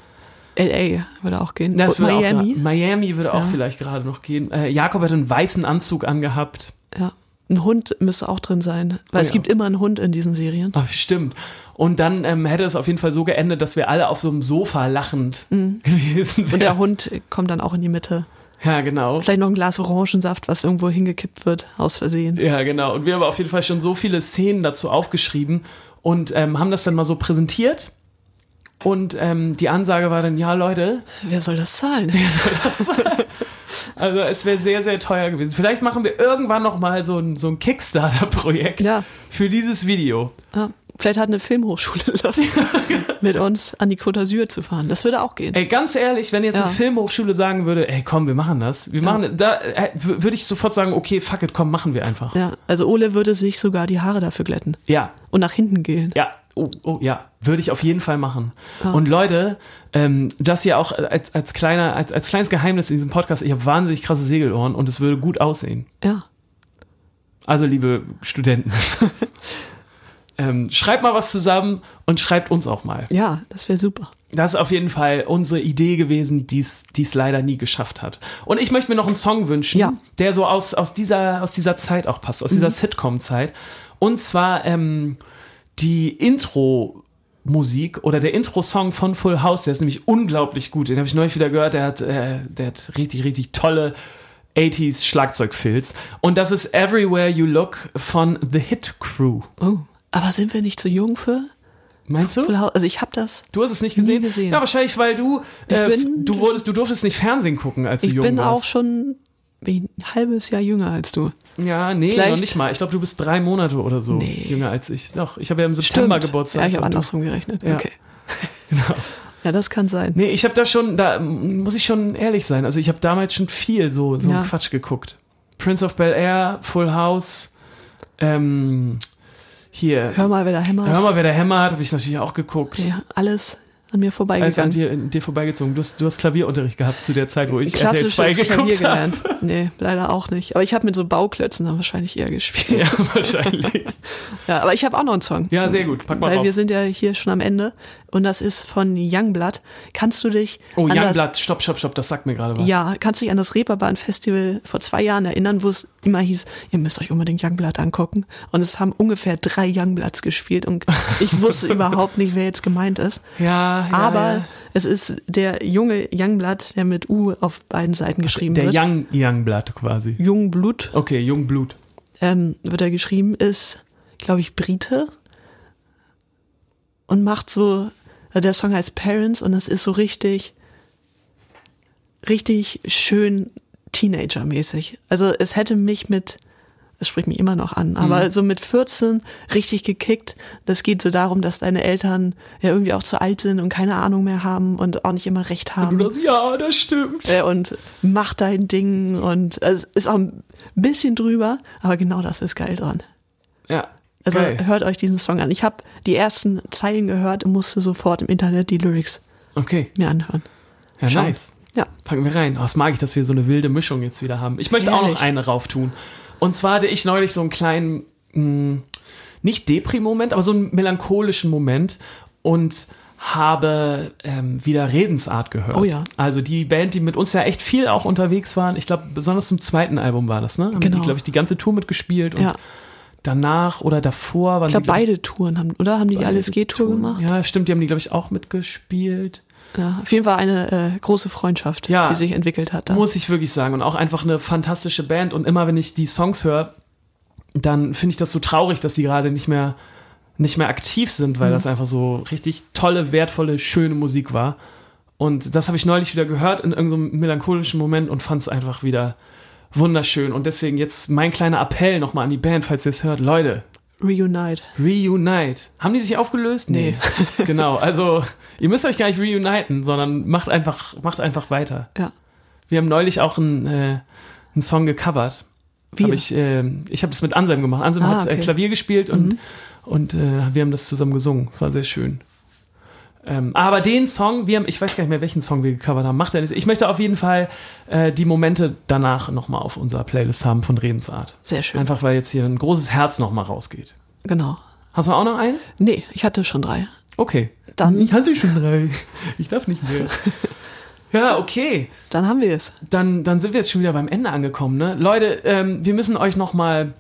LA würde auch gehen. Na, es Und würde Auch, Miami. gra- Miami würde auch Ja. vielleicht gerade noch gehen. Äh, Jakob hat einen weißen Anzug angehabt. ja. Ein Hund müsste auch drin sein, weil es Ja. gibt immer einen Hund in diesen Serien. Ach, Ah, stimmt. Und dann ähm, hätte es auf jeden Fall so geendet, dass wir alle auf so einem Sofa lachend gewesen Mhm. Und wären. der Hund kommt dann auch in die Mitte. Ja, genau. Vielleicht noch ein Glas Orangensaft, was irgendwo hingekippt wird, aus Versehen. Ja, genau. Und wir haben auf jeden Fall schon so viele Szenen dazu aufgeschrieben und ähm, haben das dann mal so präsentiert. Und ähm, die Ansage war dann, ja, Leute, Wer soll das zahlen? also es wäre sehr, sehr teuer gewesen. Vielleicht machen wir irgendwann noch mal so ein, so ein Kickstarter-Projekt Ja. für dieses Video. Ja. Vielleicht hat eine Filmhochschule Lust, mit uns an die Côte d'Azur zu fahren. Das würde auch gehen. Ey, ganz ehrlich, wenn jetzt Ja. eine Filmhochschule sagen würde, ey, komm, wir machen das, wir machen, da äh, w- würde ich sofort sagen, okay, fuck it, komm, machen wir einfach. Ja. Also Ole würde sich sogar die Haare dafür glätten Ja, und nach hinten gehen. ja, oh, oh, ja, würde ich auf jeden Fall machen. Und Leute, ähm, das hier auch als, als kleiner, als, als kleines Geheimnis in diesem Podcast, ich habe wahnsinnig krasse Segelohren und es würde gut aussehen. Ja. Also, liebe Studenten, ähm, schreibt mal was zusammen und schreibt uns auch mal. Ja, das wäre super. Das ist auf jeden Fall unsere Idee gewesen, die es leider nie geschafft hat. Und ich möchte mir noch einen Song wünschen, Ja. Mhm. der so aus, aus, dieser, aus dieser Zeit auch passt, aus dieser Sitcom-Zeit. Und zwar ähm, die Intro-Musik oder der Intro-Song von Full House, der ist nämlich unglaublich gut. Den habe ich neulich wieder gehört. Der hat, äh, der hat richtig, richtig tolle 80s Schlagzeugfilz. Und das ist Everywhere You Look von The Hit Crew. Oh. Aber sind wir nicht zu jung für? Meinst du? Full House? Also ich habe das Du hast es nicht gesehen? Nie gesehen. Ja, wahrscheinlich, weil du, Ich äh, bin- du wurdest, du durftest nicht Fernsehen gucken, als du Ich jung bin auch warst. schon ein halbes Jahr jünger als du. Ja, nee, noch Vielleicht- nicht mal. Ich glaube, du bist drei Monate oder so Nee. jünger als ich. Doch, ich habe ja im September Geburtstag. Ja, ich habe Und du- andersrum gerechnet. Ja. Genau. Okay. Ja, das kann sein. Nee, ich habe da schon, da mm, muss ich schon ehrlich sein. Also ich habe damals schon viel so, so Ja. einen Quatsch geguckt. Prince of Bel Air, Full House, ähm, hier. Hör mal, wer da hämmert. Hör mal, wer der Hämmer hat, habe ich natürlich auch geguckt. Ja, alles, an mir Als an vorbeigegangen. dir, an dir vorbeigezogen. Du hast, du hast Klavierunterricht gehabt zu der Zeit, wo ich RTL 2 Klassisches Klavier geguckt habe. gelernt. Nee, leider auch nicht. Aber ich habe mit so Bauklötzen dann wahrscheinlich eher gespielt. Ja, wahrscheinlich. Ja, aber ich habe auch noch einen Song. Ja, sehr gut. Pack mal Weil drauf. wir sind ja hier schon am Ende und das ist von Youngblood. Kannst du dich Oh, an das, Youngblood, stopp, stopp, stopp, das sagt mir gerade was. Ja, kannst du dich an das Reeperbahn Festival vor zwei Jahren erinnern, wo es immer hieß, ihr müsst euch unbedingt Youngblood angucken und es haben ungefähr drei Youngbloods gespielt und ich wusste überhaupt nicht, wer jetzt gemeint ist. ja, ja Aber ja. es ist der junge Youngblood, der mit U auf beiden Seiten geschrieben der wird. Young, Youngblood quasi. Jungblut Okay, Jungblut. ähm, wird er geschrieben, ist, glaube ich, Brite und macht so, also der Song heißt Parents und das ist so richtig, richtig schön Teenager-mäßig. Also es hätte mich mit, es spricht mich immer noch an, aber so mit 14 richtig gekickt. Das geht so darum, dass deine Eltern ja irgendwie auch zu alt sind und keine Ahnung mehr haben und auch nicht immer recht haben. Du das- Ja, das stimmt. Äh, und mach dein Ding und also, es ist auch ein bisschen drüber, aber genau das ist geil dran. Ja. Also Geil. hört euch diesen Song an. Ich habe die ersten Zeilen gehört und musste sofort im Internet die Lyrics Okay, mir anhören. ja, Schau. nice. Ja. Packen wir rein. Oh, das mag ich, dass wir so eine wilde Mischung jetzt wieder haben. Ich möchte auch Herrlich. noch eine rauf tun. Und zwar hatte ich neulich so einen kleinen, mh, nicht Depri-Moment, aber so einen melancholischen Moment und habe ähm, wieder Redensart gehört. Oh ja. Also die Band, die mit uns ja echt viel auch unterwegs waren. Ich glaube, besonders zum zweiten Album war das, ne? Haben Genau. die, glaube ich, die ganze Tour mitgespielt und ja. danach oder davor waren Ich glaube, die, glaub ich, beide Touren haben, oder? Haben die die beide LSG-Tour Touren. gemacht? Ja, stimmt, die haben die, glaube ich, auch mitgespielt. Ja, Auf jeden Fall eine äh, große Freundschaft, Ja. die sich entwickelt hat. Da. Muss ich wirklich sagen. Und auch einfach eine fantastische Band. Und immer wenn ich die Songs höre, dann finde ich das so traurig, dass die gerade nicht mehr, nicht mehr aktiv sind, weil das einfach so richtig tolle, wertvolle, schöne Musik war. Und das habe ich neulich wieder gehört in irgendeinem melancholischen Moment und fand es einfach wieder wunderschön. Und deswegen jetzt mein kleiner Appell nochmal an die Band, falls ihr es hört. Leute, Reunite. Reunite. Haben die sich aufgelöst? Nee. genau. Also, ihr müsst euch gar nicht reuniten, sondern macht einfach, macht einfach weiter. Ja. Wir haben neulich auch einen, äh, einen Song gecovert. Wir? Hab ich äh, ich habe das mit Anselm gemacht. Anselm Ah, hat äh, okay. Klavier gespielt und, und äh, wir haben das zusammen gesungen. Es war sehr schön. Ähm, aber den Song, wir haben, ich weiß gar nicht mehr, welchen Song wir gecovert haben. Macht er nicht. Ich möchte auf jeden Fall äh, die Momente danach nochmal auf unserer Playlist haben von Redensart. Sehr schön. Einfach, weil jetzt hier ein großes Herz nochmal rausgeht. Genau. Hast du auch noch einen? Nee, ich hatte schon drei. Okay. Dann- Ich hatte schon drei. Ich darf nicht mehr. ja, okay. Dann haben wir es. Dann, dann sind wir jetzt schon wieder beim Ende angekommen, ne? Leute, ähm, wir müssen euch nochmal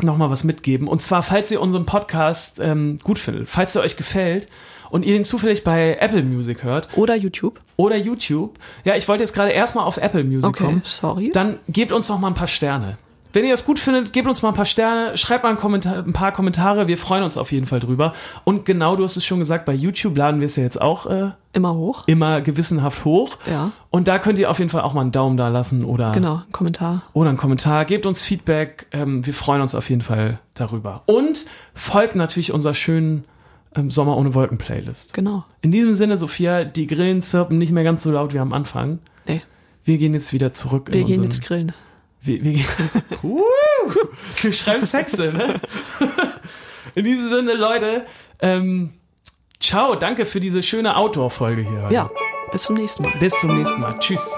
noch mal was mitgeben. Und zwar, falls ihr unseren Podcast ähm, gut findet, falls er euch gefällt und ihr ihn zufällig bei Apple Music hört Oder YouTube. oder YouTube. Ja, ich wollte jetzt gerade erstmal auf Apple Music Okay, kommen. sorry. Dann gebt uns noch mal ein paar Sterne. Wenn ihr das gut findet, gebt uns mal ein paar Sterne, schreibt mal einen Kommentar, ein paar Kommentare, wir freuen uns auf jeden Fall drüber. Und genau, du hast es schon gesagt, bei YouTube laden wir es ja jetzt auch äh, Immer hoch. immer gewissenhaft hoch. Ja. Und da könnt ihr auf jeden Fall auch mal einen Daumen da lassen oder, Genau, ein Kommentar. oder einen Oh, Kommentar. Gebt uns Feedback, ähm, wir freuen uns auf jeden Fall darüber. Und folgt natürlich unserer schönen ähm, Sommer ohne Wolken Playlist. Genau. In diesem Sinne, Sophia, die Grillen zirpen nicht mehr ganz so laut wie am Anfang. Nee, Wir gehen jetzt wieder zurück. wir in gehen unseren- jetzt grillen. Wir, wir gehen. uh, du schreibst Hexe, ne? In diesem Sinne, Leute, ähm, ciao, danke für diese schöne Outdoor-Folge hier. heute. Ja, bis zum nächsten Mal. Bis zum nächsten Mal. Tschüss.